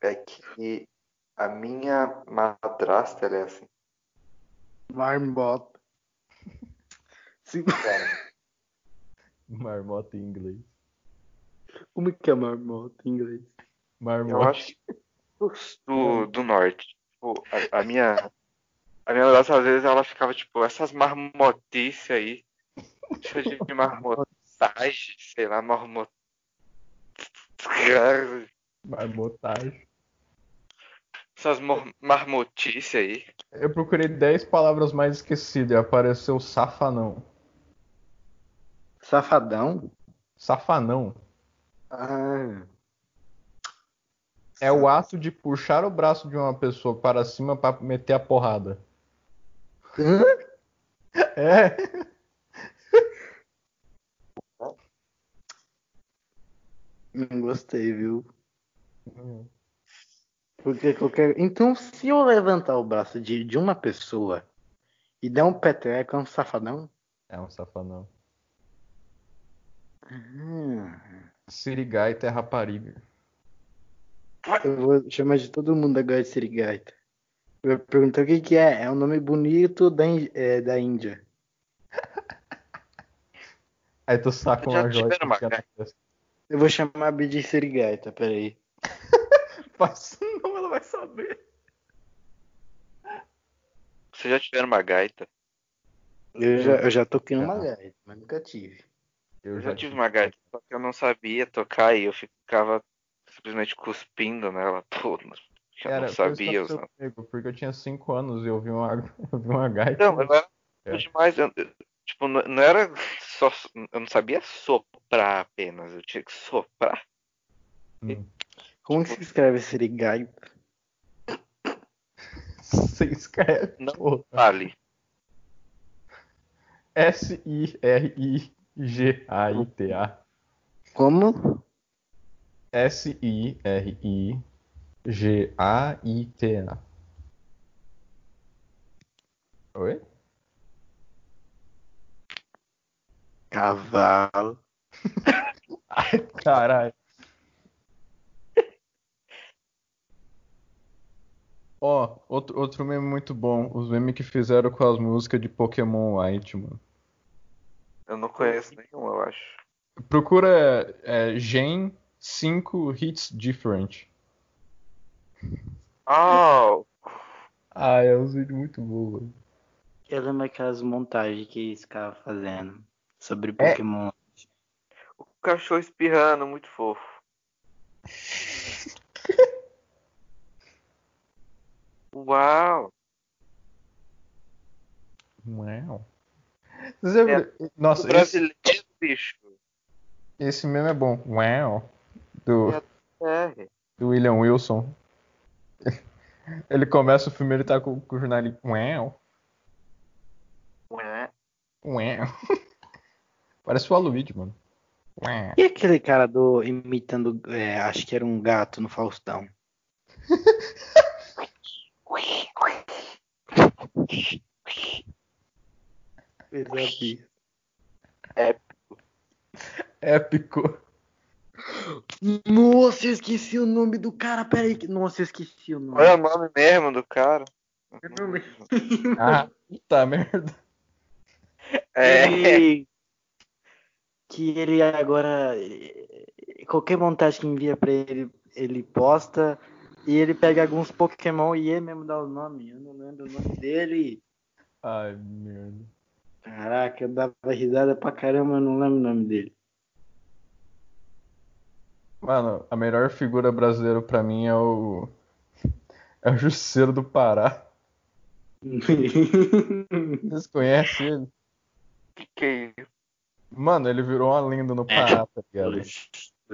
Speaker 4: é que a minha madrasta ela é assim.
Speaker 3: Marmota. Sim.
Speaker 5: Marmota em inglês.
Speaker 3: Como é que é marmota em inglês?
Speaker 4: Eu
Speaker 5: Marmota.
Speaker 4: acho que do, do norte. Tipo, a, a minha. A minha madrasta, às vezes, ela ficava, tipo, essas marmotices aí. Deixa de marmotagem, sei lá, marmot.
Speaker 5: Marmotagem.
Speaker 4: Essas mor- marmotices aí.
Speaker 5: Eu procurei 10 palavras mais esquecidas e apareceu safanão.
Speaker 3: Safadão?
Speaker 5: Safanão
Speaker 3: Ah,
Speaker 5: é o ato de puxar o braço de uma pessoa para cima pra meter a porrada.
Speaker 3: Hã?
Speaker 5: É.
Speaker 3: não gostei, viu?
Speaker 4: Hum.
Speaker 3: Porque qualquer. Então, se eu levantar o braço de, de uma pessoa e der um petreco, é um safadão?
Speaker 5: É um safanão.
Speaker 3: Ah,
Speaker 5: Sirigaita é rapariga.
Speaker 3: eu vou chamar de todo mundo agora de Sirigaita. Eu vou perguntar o que, que é. É um nome bonito da, Ín- é, da Índia.
Speaker 5: Aí tu saca
Speaker 4: Já
Speaker 5: uma joia e
Speaker 4: tiveram uma
Speaker 5: fica na
Speaker 4: cara.
Speaker 5: testa.
Speaker 3: Eu vou chamar a Bi de Sirigaita, peraí.
Speaker 5: Passa o nome, ela vai saber.
Speaker 4: Vocês já tiveram uma gaita?
Speaker 3: Eu já, eu já toquei numa
Speaker 5: Ah.
Speaker 3: gaita, mas nunca tive.
Speaker 4: Eu já tive uma gaita, só que eu não sabia tocar e eu ficava simplesmente cuspindo nela. Pô, eu
Speaker 5: Cara,
Speaker 4: não
Speaker 5: foi isso que
Speaker 4: sabia.
Speaker 5: aconteceu
Speaker 4: usar.
Speaker 5: comigo, porque eu tinha 5 anos e eu vi uma, eu vi uma gaita.
Speaker 4: Não, eu era
Speaker 5: É.
Speaker 4: demais. eu- eu- tipo, não, não era só. Eu não sabia soprar apenas. Eu tinha que soprar.
Speaker 5: Hum.
Speaker 3: Como que se escreve Sirigaita?
Speaker 5: Você escreve.
Speaker 4: Não.
Speaker 5: porra.
Speaker 4: Ali.
Speaker 5: S-I-R-I-G-A-I-T-A.
Speaker 3: Como?
Speaker 5: S-I-R-I-G-A-I-T-A. Oi?
Speaker 3: Cavalo.
Speaker 5: Ai, caralho. Ó, outro, outro meme muito bom. Os memes que fizeram com as músicas de Pokémon White, mano.
Speaker 4: Eu não conheço nenhum, eu acho.
Speaker 5: Procura é, Gen 5 Hits Different.
Speaker 4: Ah,
Speaker 5: Ah, é um vídeo muito bom, mano.
Speaker 3: Eu lembro é aquelas montagens que eles ficavam fazendo sobre
Speaker 5: É.
Speaker 3: Pokémon.
Speaker 4: o cachorro espirrando, muito fofo. Uau!
Speaker 5: Uau. Você viu- Nossa,
Speaker 4: É,
Speaker 5: esse,
Speaker 4: o brasileiro, bicho.
Speaker 5: esse meme é bom. Uau. Do,
Speaker 4: É.
Speaker 5: do William Wilson. Ele começa o filme, ele tá com, com o jornal ali. Uau.
Speaker 4: Ué.
Speaker 5: Uau. Parece o Aluíde, mano. Uau.
Speaker 3: E aquele cara do imitando, é, acho que era um gato no Faustão. Desafio.
Speaker 5: Épico.
Speaker 3: Nossa, eu esqueci o nome do cara, peraí. que- Nossa, eu esqueci o nome.
Speaker 4: Olha o nome mesmo do cara.
Speaker 3: Eu não lembro.
Speaker 5: Ah, puta merda.
Speaker 4: É.
Speaker 3: Ele- Que ele agora. Qualquer montagem que envia pra ele, ele posta. E ele pega alguns Pokémon e ele mesmo dá o nome. Eu não lembro o nome dele.
Speaker 5: Ai, merda.
Speaker 3: Caraca, eu dava risada pra caramba, eu não lembro o nome dele.
Speaker 5: Mano, a melhor figura brasileira pra mim é o. É o Jusceiro do Pará. Vocês conhecem ele?
Speaker 4: Que que é isso?
Speaker 5: Mano, ele virou uma lenda no Pará, tá ligado?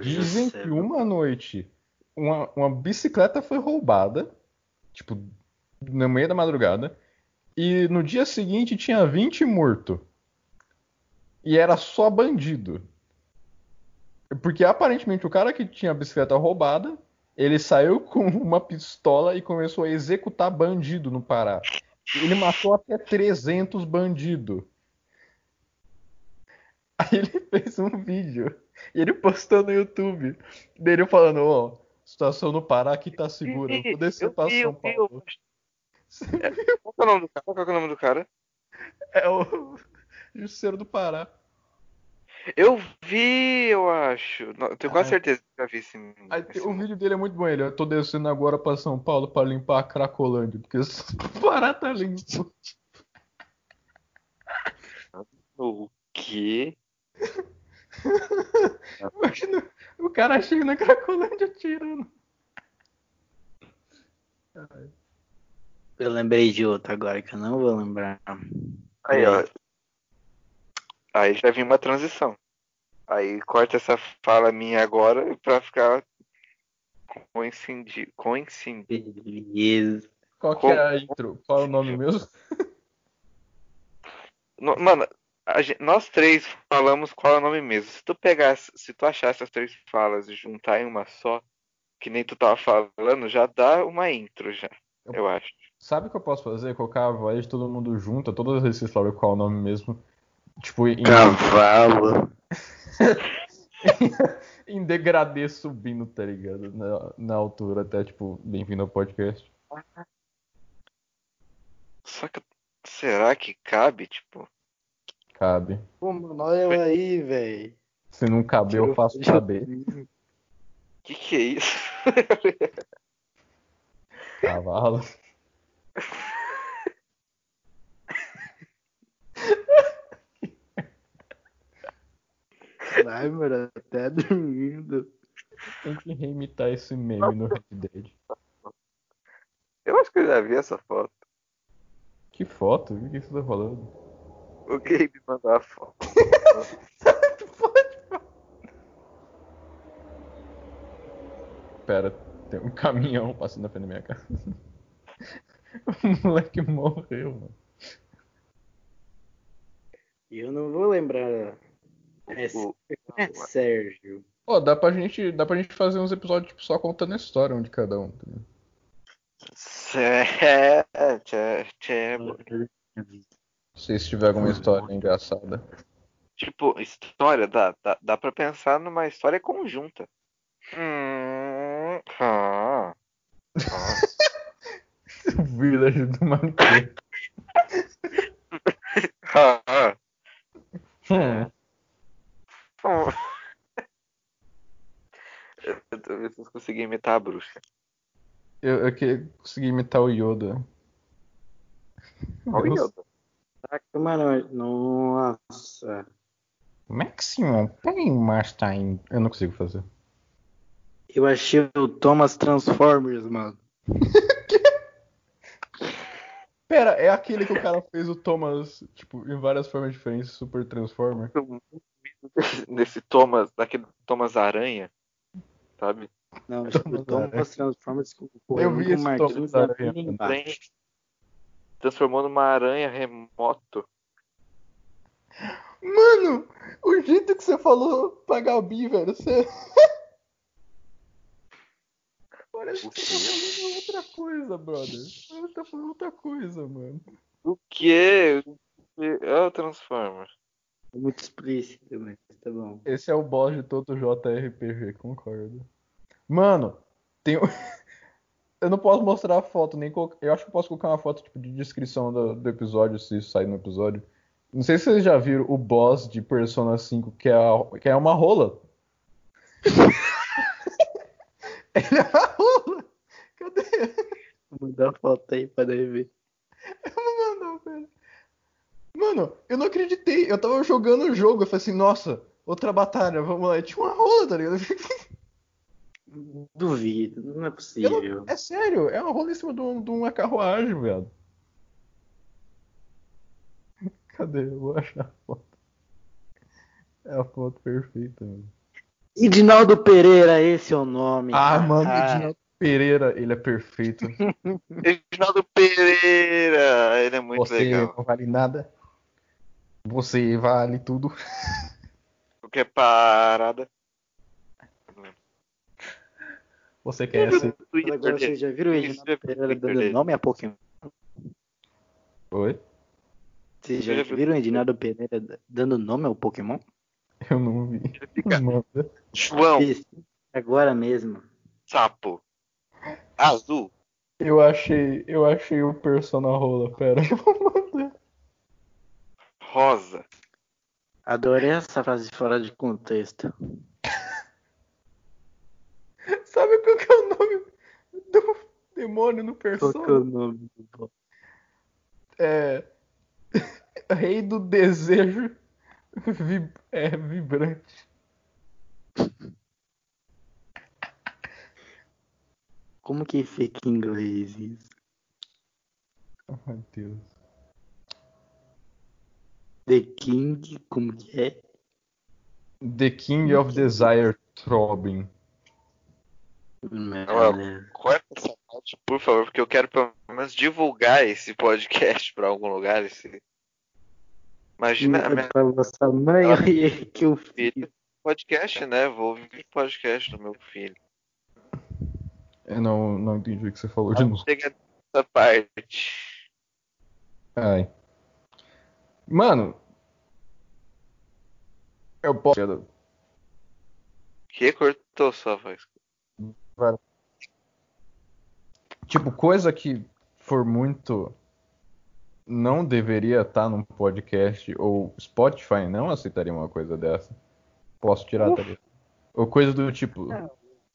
Speaker 5: Dizem que uma noite uma, uma bicicleta foi roubada, tipo, no meio da madrugada, e no dia seguinte tinha 20 morto. E era só bandido. Porque aparentemente o cara que tinha a bicicleta roubada, ele saiu com uma pistola e começou a executar bandido no Pará. Ele matou até 300 bandidos. Aí ele fez um vídeo. E ele postou no YouTube. Dele falando, ó, situação no Pará aqui tá segura. Eu vou descer
Speaker 4: Eu
Speaker 5: pra
Speaker 4: vi,
Speaker 5: São
Speaker 4: eu vi,
Speaker 5: Paulo.
Speaker 4: Qual que é o nome do cara? Qual que é o nome do cara?
Speaker 5: É o Jusceiro do Pará.
Speaker 4: Eu vi, eu acho. Não, eu tenho quase
Speaker 5: Ah.
Speaker 4: certeza que eu já vi esse.
Speaker 5: Aí, tem-
Speaker 4: esse-
Speaker 5: o vídeo dele é muito bom, ele. Eu tô descendo agora pra São Paulo pra limpar a Cracolândia, porque o Pará tá limpo.
Speaker 4: O quê?
Speaker 5: Imagina o cara chega na Cracolândia tirando.
Speaker 3: Eu lembrei de outro agora que eu não vou lembrar.
Speaker 4: Aí, ó. Aí já vi uma transição. Aí corta essa fala minha agora pra ficar coincidir. Coincidir.
Speaker 3: Beleza.
Speaker 5: Qual que é a intro? Qual é o nome mesmo?
Speaker 4: No- Mano, a gen- nós três falamos qual é o nome mesmo. Se tu pegasse, se tu achasse as três falas e juntar em uma só, que nem tu tava falando, já dá uma intro já, eu acho.
Speaker 5: Sabe o que eu posso fazer? Colocar a voz de todo mundo junto, todas as vezes que vocês falam qual é o nome mesmo. Tipo, em,
Speaker 3: Cavalo.
Speaker 5: em degradê subindo, tá ligado? Na, na altura, até, tipo, bem-vindo ao podcast.
Speaker 4: Só que será que cabe, tipo?
Speaker 5: Cabe.
Speaker 6: Pô, mano, olha eu é aí, velho.
Speaker 5: Se não caber, eu faço caber.
Speaker 4: Que que é isso?
Speaker 5: Cavalo.
Speaker 6: Vai, mano, até dormindo.
Speaker 5: Tem que reimitar esse meme no Red Dead.
Speaker 4: Eu acho que eu já vi essa foto.
Speaker 5: Que foto? O que você tá falando?
Speaker 4: O Gabe mandou a foto.
Speaker 5: Pera, tem um caminhão passando na frente da minha casa. o moleque morreu, mano.
Speaker 6: Eu não vou lembrar. É,
Speaker 4: O-
Speaker 6: é Sérgio.
Speaker 5: Ó, dá pra gente, dá pra gente fazer uns episódios tipo, só contando a história um de cada um. tá ligado?
Speaker 4: Tchê, tchê, é tchê.
Speaker 5: Se vocês tiverem alguma história engraçada.
Speaker 4: Tipo, história, dá, dá, dá pra pensar numa história conjunta. Hum, ah, ah.
Speaker 5: O Village do Minecraft.
Speaker 4: Ah, ah.
Speaker 5: Hum,
Speaker 4: Hum. Eu eu tô vendo se eu consegui imitar a bruxa.
Speaker 5: eu, eu que- consegui imitar o Yoda.
Speaker 4: Olha,
Speaker 5: Nossa.
Speaker 6: Camarões. Nossa.
Speaker 5: é Maximum, tem mais time. Eu não consigo fazer.
Speaker 6: Eu achei o Thomas Transformers, mano.
Speaker 5: Pera, é aquele que o cara fez o Thomas, tipo, em várias formas diferentes, Super Transformer.
Speaker 4: eu tô muito medo Desse Thomas, daquele Thomas Aranha, sabe?
Speaker 6: Não,
Speaker 5: Thomas
Speaker 6: o Thomas Transformers concorreu
Speaker 5: Eu vi
Speaker 6: com o
Speaker 5: esse
Speaker 6: Marquinhos
Speaker 5: Thomas
Speaker 6: da
Speaker 5: Aranha
Speaker 6: Vila
Speaker 5: também.
Speaker 6: embaixo.
Speaker 4: Transformou numa aranha remoto.
Speaker 5: Mano, o jeito que você falou pra Gabi, velho, você. Parece que você tá falando outra coisa, brother. Você tá falando outra coisa, mano.
Speaker 4: O quê? O quê? Ah, Transformer.
Speaker 6: é Muito explícito, mas tá bom.
Speaker 5: Esse é o boss de todo JRPG, concordo. Mano, tem. um- Eu não posso mostrar a foto, nem colocar. Eu acho que eu posso colocar uma foto tipo, de descrição do, do episódio, se isso sair no episódio. Não sei se vocês já viram o boss de Persona 5, que é, a- que é uma rola. Ele é uma rola! Cadê?
Speaker 6: Vou mandar a foto aí pra daí ver.
Speaker 5: Mano, velho. Mano, eu não acreditei. Eu tava jogando o jogo. Eu falei assim, nossa, outra batalha, vamos lá. E tinha uma rola, tá ligado?
Speaker 3: Duvido, não é
Speaker 5: Eu não-
Speaker 3: possível.
Speaker 5: é sério, é uma rola em cima de, um- de uma carruagem, velho. Cadê? Eu vou achar a foto. É a foto perfeita, velho.
Speaker 3: Edinaldo Pereira, esse é o nome.
Speaker 5: Ah, mano,
Speaker 3: Ah.
Speaker 5: Edinaldo Pereira, ele é perfeito.
Speaker 4: Reginaldo Pereira, ele é muito
Speaker 5: Você
Speaker 4: legal.
Speaker 5: não vale nada. Você vale tudo.
Speaker 4: Qualquer parada.
Speaker 5: Você quer
Speaker 3: Uhum.
Speaker 5: ser.
Speaker 3: Agora vocês já viram o Edinaldo Pereira dando nome a Pokémon?
Speaker 5: Oi?
Speaker 3: Vocês já viram o Edinaldo Pereira dando nome ao Pokémon?
Speaker 5: Eu não vi.
Speaker 4: Fica.
Speaker 5: Manda.
Speaker 4: João,
Speaker 3: Fiz Agora mesmo.
Speaker 4: sapo. Azul.
Speaker 5: Eu achei, eu achei o personal rola, pera. eu vou mandar.
Speaker 4: Rosa.
Speaker 3: Adorei essa frase fora de contexto.
Speaker 5: Sabe qual que é o nome do demônio no
Speaker 3: Qual que é
Speaker 5: persona?
Speaker 3: o nome do bo-
Speaker 5: É. Rei do desejo vib- é, vibrante.
Speaker 3: Como que fica em inglês isso?
Speaker 5: Oh, meu Deus.
Speaker 3: The King, como que é?
Speaker 5: The King of Desire Throbbing.
Speaker 3: Merda.
Speaker 4: Corta essa parte, por favor, porque eu quero pelo menos divulgar esse podcast pra algum lugar. Esse... Imagina a minha
Speaker 3: Pra vossa mãe, olha que eu fiz.
Speaker 4: filha. Podcast, né? Vou ouvir podcast do meu filho.
Speaker 5: Eu não, não entendi o que você falou de novo.
Speaker 4: Chega nessa parte.
Speaker 5: Ai. Mano. Eu posso.
Speaker 4: Que cortou sua voz?
Speaker 5: Tipo, coisa que for muito. Não deveria estar num podcast ou Spotify não aceitaria uma coisa dessa. Posso tirar da lista. Ou coisa do tipo.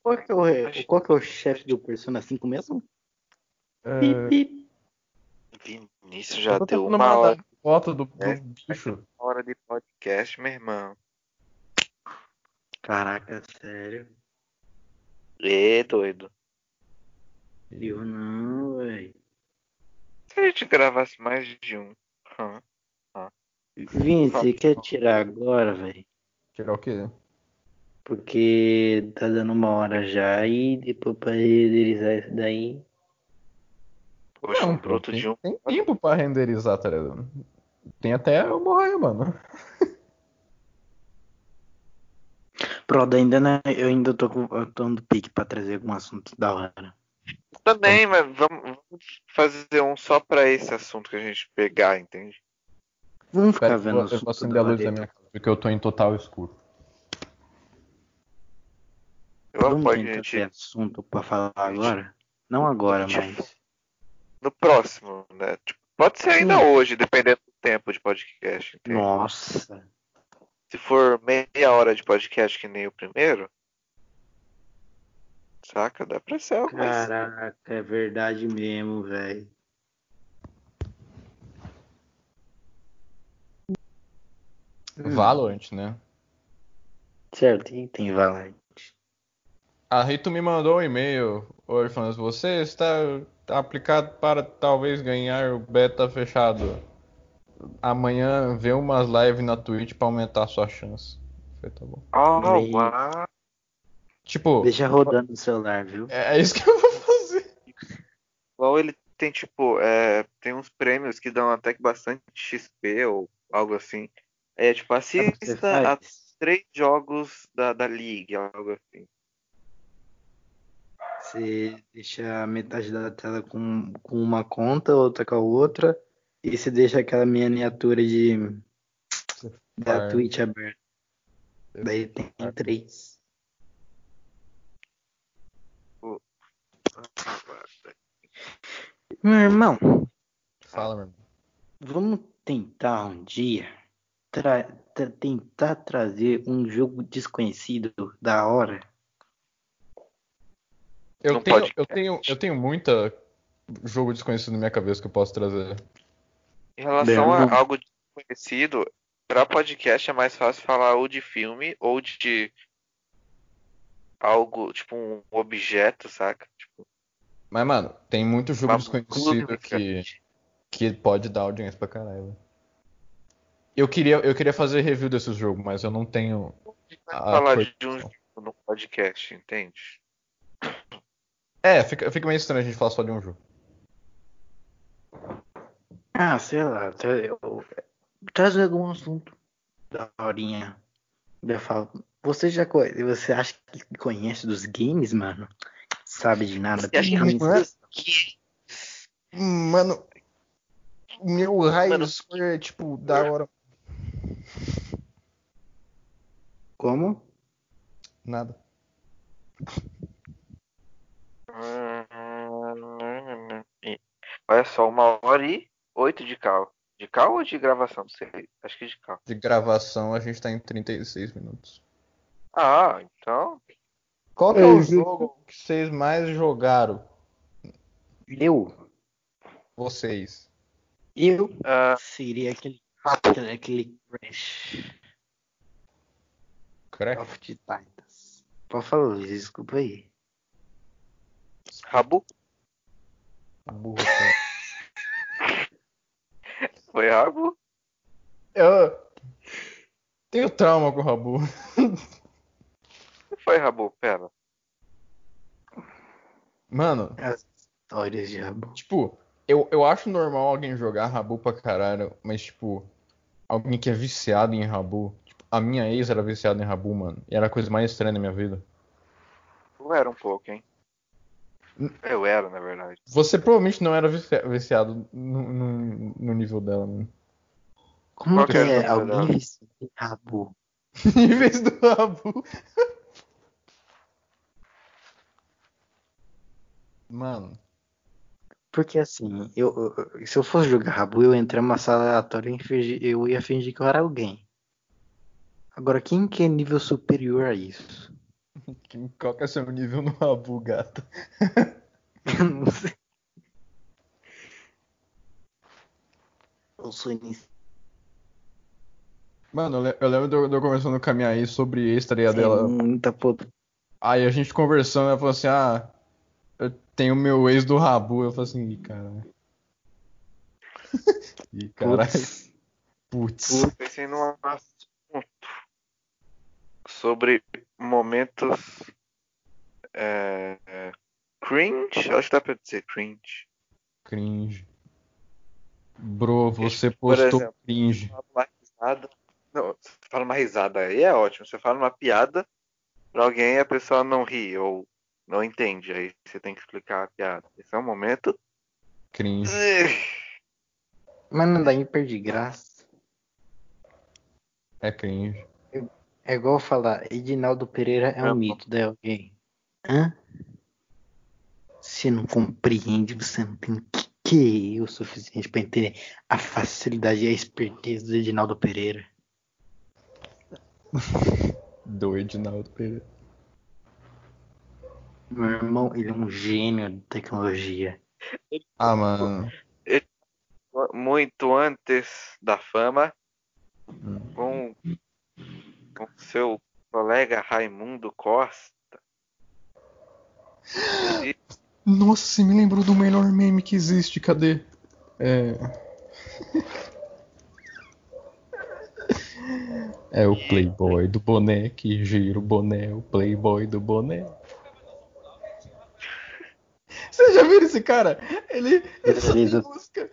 Speaker 3: Qual que é o, qual que é o chefe do Persona 5 mesmo?
Speaker 5: é,
Speaker 3: Pi, pi.
Speaker 4: Vinícius já
Speaker 5: eu tô
Speaker 4: deu
Speaker 5: tentando
Speaker 4: uma
Speaker 5: mandar
Speaker 4: hora,
Speaker 5: foto do, do
Speaker 4: É.
Speaker 5: bicho.
Speaker 4: hora de podcast, meu irmão.
Speaker 3: Caraca, sério.
Speaker 4: É doido.
Speaker 3: Eu não, velho.
Speaker 4: Se a gente gravasse mais de um. hã?
Speaker 3: Vini, você quer tirar agora, velho?
Speaker 5: Tirar é o quê?
Speaker 3: Porque tá dando uma hora já e depois pra renderizar isso daí.
Speaker 4: Poxa,
Speaker 5: Não,
Speaker 4: um broto
Speaker 5: tem,
Speaker 4: de um.
Speaker 5: tem tempo pra renderizar, tá ligado? Tem até eu morrer, mano.
Speaker 3: Pronto, ainda não, eu ainda tô com eu tô no pique pra trazer algum assunto da hora.
Speaker 4: Também, mas vamos, vamos fazer um só pra esse assunto que a gente pegar, entende?
Speaker 3: Vamos
Speaker 5: Pera,
Speaker 3: ficar
Speaker 5: eu
Speaker 3: vendo
Speaker 5: vou- eu
Speaker 3: assunto
Speaker 5: vou acender
Speaker 3: da
Speaker 5: a luz da
Speaker 3: vareta.
Speaker 5: minha casa, porque eu tô em total escuro.
Speaker 4: Eu
Speaker 3: Vamos
Speaker 4: apoio a
Speaker 3: tentar
Speaker 4: gente
Speaker 3: ter assunto pra falar
Speaker 4: a gente- tá
Speaker 3: agora? Não agora,
Speaker 4: a gente-
Speaker 3: mas.
Speaker 4: no próximo, né? Tipo, pode ser ainda
Speaker 3: Sim.
Speaker 4: hoje, dependendo do tempo de podcast, entende?
Speaker 3: Nossa.
Speaker 4: Se for meia hora de podcast que nem o primeiro, saca? Dá pra ser algo mais
Speaker 3: Caraca, é verdade mesmo, velho. Uhum.
Speaker 5: Valorant, né?
Speaker 3: Certo, e tem Valorant.
Speaker 5: A Rito me mandou um e-mail, Orphans, você está aplicado para talvez ganhar o beta fechado. Amanhã vê umas lives na Twitch para aumentar a sua chance. Foi, tá bom.
Speaker 4: Oh,
Speaker 3: Meio.
Speaker 4: uau.
Speaker 5: Tipo,
Speaker 3: Deixa rodando no celular, viu?
Speaker 5: é é isso que eu vou fazer.
Speaker 4: Igual ele tem, tipo, é, tem uns prêmios que dão até que bastante XP ou algo assim. É tipo,
Speaker 3: Sabe o que você
Speaker 4: assista a
Speaker 3: faz?
Speaker 4: três jogos da, da League, algo assim.
Speaker 3: Você deixa a metade da tela com, com uma conta, outra com a outra, e você deixa aquela miniatura de da
Speaker 5: Vai.
Speaker 3: Twitch aberta. Daí tem três. Meu irmão,
Speaker 5: Fala, meu irmão.
Speaker 3: vamos tentar um dia tra- tra- tentar trazer um jogo desconhecido da hora.
Speaker 5: Eu
Speaker 4: Não
Speaker 5: tenho,
Speaker 4: pode.
Speaker 5: eu tenho, eu tenho muita jogo desconhecido na minha cabeça que eu posso trazer.
Speaker 4: Em relação
Speaker 3: Belo.
Speaker 4: a algo desconhecido, pra podcast é mais fácil falar ou de filme ou de algo, tipo um objeto, saca? Tipo,
Speaker 5: Mas, mano, tem muito jogo
Speaker 4: uma
Speaker 5: desconhecido
Speaker 4: blusa,
Speaker 5: que,
Speaker 4: basicamente.
Speaker 5: que pode dar audiência pra caralho. velho. Eu queria, eu queria fazer review desse jogo, mas eu não tenho.
Speaker 4: Vai
Speaker 5: a
Speaker 4: falar
Speaker 5: coisa-
Speaker 4: de um jogo no podcast, entende?
Speaker 5: É, fica, fica meio estranho a gente falar só de um jogo.
Speaker 3: Ah, sei lá. tra- eu- Traz algum assunto da horinha. Eu falo, você já co- você acha que conhece dos games, mano? Sabe de nada.
Speaker 4: Você acha que
Speaker 3: Games-
Speaker 5: Mano, meu raio
Speaker 4: Mano.
Speaker 5: é tipo da hora.
Speaker 3: Como?
Speaker 5: Nada.
Speaker 4: Hum, Olha só, uma hora e oito de cal. De cal ou de gravação? Não sei. Acho que de cal.
Speaker 5: De gravação a gente tá em 36 minutos.
Speaker 4: Ah, então.
Speaker 5: Qual que é
Speaker 6: É,
Speaker 5: o
Speaker 6: gente.
Speaker 5: jogo que vocês mais jogaram?
Speaker 3: Eu?
Speaker 5: Vocês.
Speaker 3: Eu
Speaker 4: ah,
Speaker 3: seria aquele, aquele, aquele Crash
Speaker 5: Crack?
Speaker 3: of the Titans. Por favor, Luiz, desculpa aí.
Speaker 4: Rabu?
Speaker 5: A burra, cara.
Speaker 4: Foi Rabu?
Speaker 5: Eu tenho trauma com o Rabu.
Speaker 4: Não foi Rabu, pera.
Speaker 5: Mano,
Speaker 3: As histórias de Rabo.
Speaker 5: tipo, eu, eu acho normal alguém jogar Rabu pra caralho, mas, tipo, alguém que é viciado em Rabu. Tipo, a minha ex era viciada em Rabu, mano. E era a coisa mais estranha da minha vida.
Speaker 4: Eu era um pouco, hein?
Speaker 5: Hum.
Speaker 4: Eu era, na verdade.
Speaker 5: Você provavelmente não era vici- viciado no, no- no nível dela, mano.
Speaker 3: Como
Speaker 4: Qual
Speaker 3: que
Speaker 4: que era o
Speaker 3: é
Speaker 4: nome dela?
Speaker 3: alguém vestido de Rabo?
Speaker 5: Níveis do Rabu. Mano,
Speaker 3: Porque assim, eu, eu- se eu fosse jogar Rabu, eu ia entrar numa sala aleatória e fingir- eu ia fingir que eu era alguém. Agora, quem que é nível superior a isso?
Speaker 5: que- qual que é seu nível no Rabu, gato?
Speaker 3: Eu não sei. Eu sou iniciante.
Speaker 5: Mano, eu le- eu lembro de eu- de eu conversando com a minha ex sobre ex, tá ligado? Ela-
Speaker 3: Muita pot...
Speaker 5: Aí a gente conversando, ela falou assim, ah, eu tenho meu ex do Rabu. Eu falei assim, ih, caralho. Ih, caralho,
Speaker 3: Putz.
Speaker 5: putz.
Speaker 4: Eu pensei num assunto sobre momentos é, é, cringe. Acho que dá pra dizer cringe.
Speaker 5: Cringe. Bro, você
Speaker 4: Por
Speaker 5: postou
Speaker 4: exemplo.
Speaker 5: cringe.
Speaker 4: Fala uma risada. Não, você fala uma risada aí é ótimo. Você fala uma piada pra alguém e a pessoa não ri ou não entende. Aí você tem que explicar a piada. Esse é um momento.
Speaker 5: Cringe.
Speaker 3: Mas não dá em perder graça.
Speaker 5: É cringe.
Speaker 3: É igual falar, Edinaldo Pereira é um
Speaker 4: Não.
Speaker 3: mito, daí alguém. Hã? Você não compreende, você não tem que, que eu o suficiente pra entender a facilidade e a esperteza do Edinaldo Pereira.
Speaker 5: Do Edinaldo Pereira.
Speaker 3: Meu irmão, ele é um gênio de tecnologia.
Speaker 5: Ah, mano.
Speaker 4: Muito antes da fama, com com seu colega Raimundo Costa.
Speaker 5: Nossa, você me lembrou do melhor meme que existe, cadê? É. É o Playboy do boné que gira o boné, o Playboy do boné. Você já viu esse cara? Ele, ele só tem
Speaker 3: Beleza.
Speaker 5: música.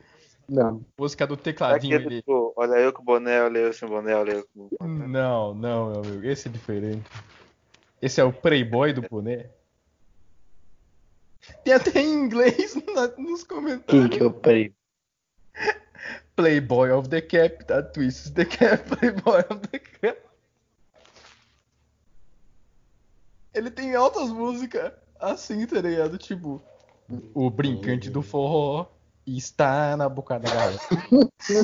Speaker 3: Não.
Speaker 5: Música do tecladinho
Speaker 4: Aquele,
Speaker 5: ali.
Speaker 4: tipo, olha eu com o boné, olha eu sem boné, olha eu com boné.
Speaker 5: Não, não, meu amigo. Esse é diferente. Esse é o Playboy do boné. Tem até em inglês na- nos comentários.
Speaker 3: Quem que eu parei?
Speaker 5: Playboy of the Cap, tá? Twists the Cap, Playboy of the Cap. Ele tem altas músicas assim, tá ligado? Tipo, o brincante do forró está na boca da galera.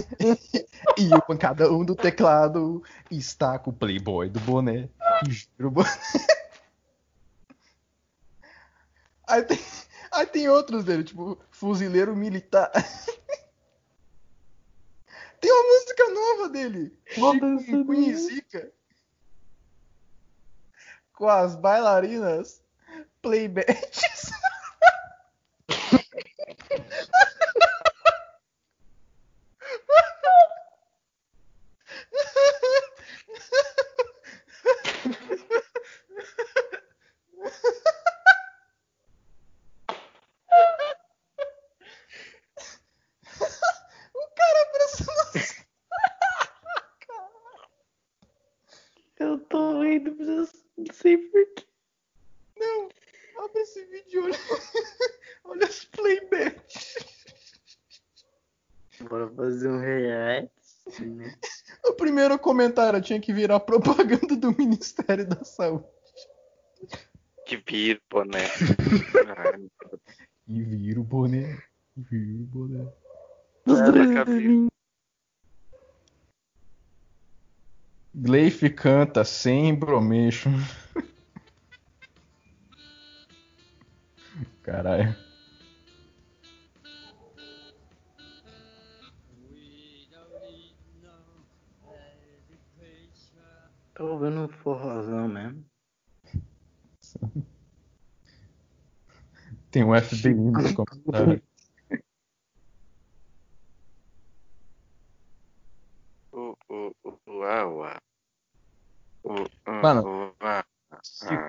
Speaker 5: e o pancadão do teclado está com o Playboy do boné. E gira o boné. Aí tem, aí tem outros dele, tipo, fuzileiro militar. Tem uma música nova dele.
Speaker 6: Vou dançar
Speaker 5: Chikungunya e
Speaker 6: nele.
Speaker 5: Zika. com as bailarinas playbacks. O cara é parece uma...
Speaker 3: Eu tô rindo, mas eu não sei porquê.
Speaker 5: Não, abre esse vídeo e olha... olha os playbacks.
Speaker 3: Bora fazer um react, né?
Speaker 5: O primeiro comentário tinha que virar propaganda do Ministério da Saúde.
Speaker 4: Que birpa, né? Caralho.
Speaker 5: E vira o boné. E vira o boné.
Speaker 3: Os
Speaker 4: Ela
Speaker 3: dois
Speaker 4: acabou.
Speaker 3: dormindo.
Speaker 5: Gleif canta sem bromation. Caralho.
Speaker 3: Tô ouvindo um forrozão mesmo.
Speaker 5: Tem um FBI nos comentários.
Speaker 4: O, o, o, uá, uá. O, ah,
Speaker 5: Mano,
Speaker 4: o, uá, ah,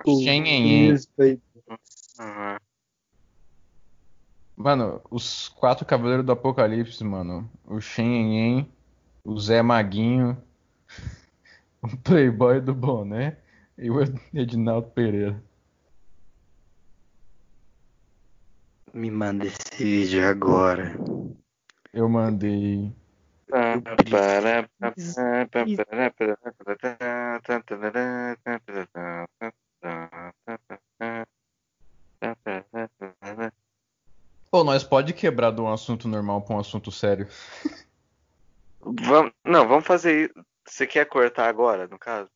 Speaker 5: Shenhen.
Speaker 3: Tipo,
Speaker 4: ah.
Speaker 5: Mano, os quatro cavaleiros do apocalipse, mano. O Shenhen, o Zé Maguinho, o Playboy do Boné e o Edinaldo Pereira.
Speaker 7: Me manda esse vídeo agora.
Speaker 5: Eu mandei. Pô, nós pode quebrar de um assunto normal pra um assunto sério.
Speaker 4: Vamos, não, vamos fazer isso. Você quer cortar agora, no caso?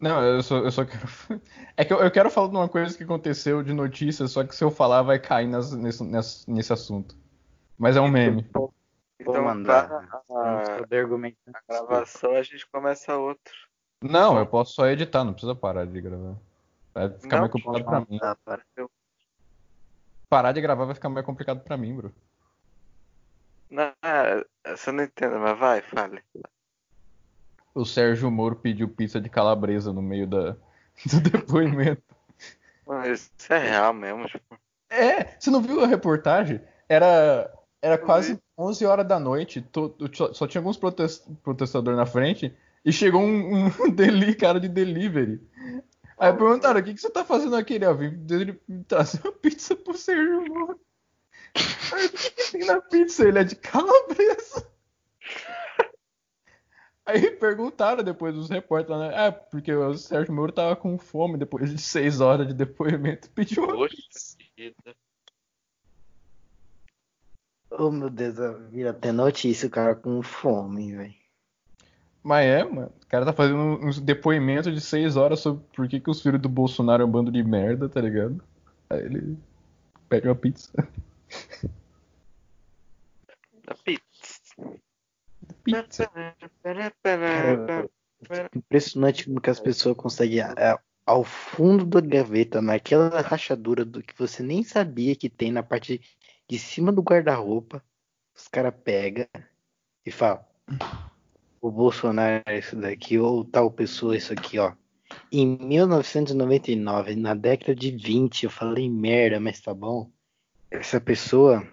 Speaker 5: Não, eu só, eu só quero. É que eu, eu quero falar de uma coisa que aconteceu de notícia, só que se eu falar vai cair nas- nesse, nesse, nesse assunto. Mas é um meme.
Speaker 7: Vou
Speaker 4: Então,
Speaker 7: mandar.
Speaker 4: para
Speaker 7: Vamos
Speaker 4: a
Speaker 7: saber argumentar.
Speaker 4: gravação, a gente começa outro.
Speaker 5: Não, eu posso só editar, não precisa parar de gravar. Vai ficar
Speaker 4: Não,
Speaker 5: mais complicado pra mim.
Speaker 7: Tá,
Speaker 3: Ah,
Speaker 7: para.
Speaker 5: Parar de gravar vai ficar mais complicado pra mim, bro.
Speaker 4: Não, você não entende, mas vai, fale.
Speaker 5: O Sérgio Moro pediu pizza de calabresa no meio da, do depoimento.
Speaker 4: Mano, isso é real mesmo, tipo.
Speaker 5: É, você não viu a reportagem? Era, era quase 11 horas da noite, to- to- só- só tinha alguns protes- protestadores na frente e chegou um, um deli- cara de delivery. Aí perguntaram: o que, que você tá fazendo aqui? Ele "Ah, vim dele- trazer uma pizza pro Sérgio Moro. Aí, o que, que tem na pizza? Ele é de calabresa. Aí perguntaram depois os repórteres, né? Ah, porque o Sérgio Moro tava com fome depois de seis horas de depoimento, pediu uma
Speaker 8: Poxa vida.
Speaker 3: Oh, meu Deus, vira até notícia o cara com fome, velho.
Speaker 5: Mas é, mano. O cara tá fazendo uns depoimentos de seis horas sobre por que, que os filhos do Bolsonaro é um bando de merda, tá ligado? Aí ele pede uma pizza.
Speaker 4: Da pizza.
Speaker 5: Pizza.
Speaker 3: Impressionante como que as pessoas conseguem é, ao fundo da gaveta, naquela rachadura do que você nem sabia que tem na parte de cima do guarda-roupa, os caras pegam e falam: o Bolsonaro é isso daqui, ou tal pessoa é isso aqui, ó. Em 1999, na década de 20, eu falei merda, mas tá bom. Essa pessoa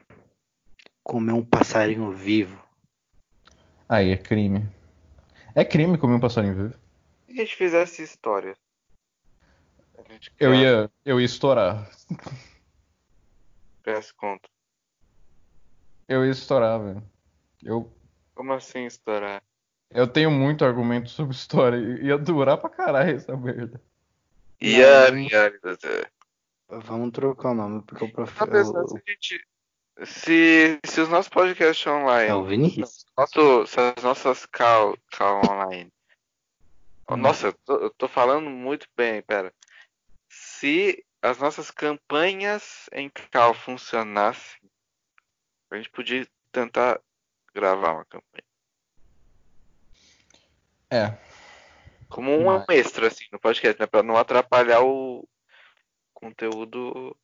Speaker 3: comeu um passarinho vivo.
Speaker 5: Aí é crime. É crime comer um passarinho vivo.
Speaker 4: Se a gente fizesse história. A gente
Speaker 5: Eu
Speaker 4: criasse-
Speaker 5: ia, eu ia estourar.
Speaker 4: criasse conta.
Speaker 5: Eu ia estourar, velho. Eu,
Speaker 4: Como assim estourar?
Speaker 5: eu tenho muito argumento sobre história. I- Ia durar pra caralho essa merda.
Speaker 4: Iari, iari, iari.
Speaker 3: Vamos trocar o nome, porque o
Speaker 4: Tá pensando se
Speaker 3: professor.
Speaker 4: a gente. Se, se os nossos podcasts online.
Speaker 3: É o Vinícius.
Speaker 4: Nosso, se as nossas cal, cal online. Oh, Nossa, eu tô, eu tô falando muito bem, pera. Se as nossas campanhas em cal funcionassem, a gente podia tentar gravar uma campanha.
Speaker 5: É.
Speaker 4: Como um
Speaker 5: Mas-
Speaker 4: extra, assim, no podcast, né? Pra não atrapalhar o conteúdo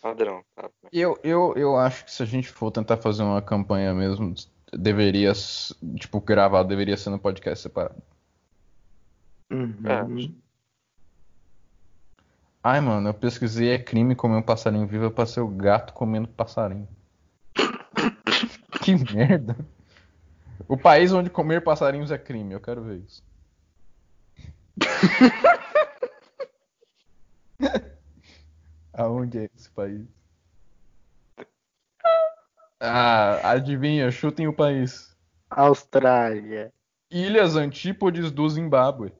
Speaker 4: padrão, tá?
Speaker 5: Eu, eu, eu acho que se a gente for tentar fazer uma campanha mesmo, deveria, s- tipo, gravar, deveria ser no podcast separado. É.
Speaker 3: Uhum.
Speaker 5: Ai, mano, eu pesquisei é crime comer um passarinho vivo, eu passei o gato comendo passarinho. que merda. O país onde comer passarinhos é crime, eu quero ver isso. Aonde é esse país? Ah, adivinha, chutem o país.
Speaker 6: Austrália.
Speaker 5: Ilhas Antípodes do Zimbábue.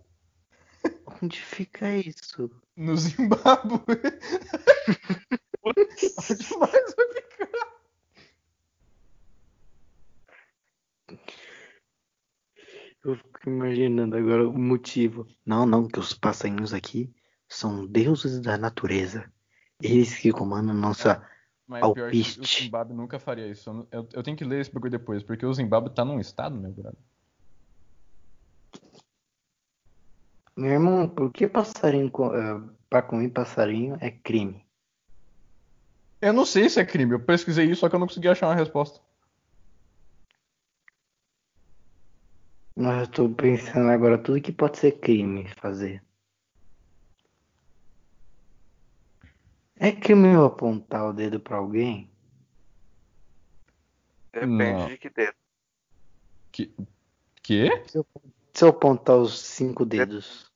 Speaker 3: Onde fica isso?
Speaker 5: No Zimbábue. Onde mais vai ficar?
Speaker 3: Eu fico imaginando agora o motivo. Não, não, que os passarinhos aqui são deuses da natureza. Eles que comandam nossa.
Speaker 5: Mas
Speaker 3: Ao
Speaker 5: pior é que o
Speaker 3: pitch.
Speaker 5: Zimbábue nunca faria isso. Eu não- Eu, eu tenho que ler esse bagulho depois, porque o Zimbábue tá num estado, meu brother.
Speaker 3: Meu irmão, por que passarinho. co- eh, pra comer passarinho é crime?
Speaker 5: Eu não sei se é crime, eu pesquisei isso, só que eu não consegui achar uma resposta.
Speaker 3: Mas eu tô pensando agora tudo que pode ser crime fazer. É crime eu apontar o dedo pra alguém?
Speaker 4: Depende
Speaker 5: Não.
Speaker 4: de que dedo.
Speaker 5: Quê?
Speaker 3: Se eu apontar os cinco
Speaker 5: É.
Speaker 3: dedos.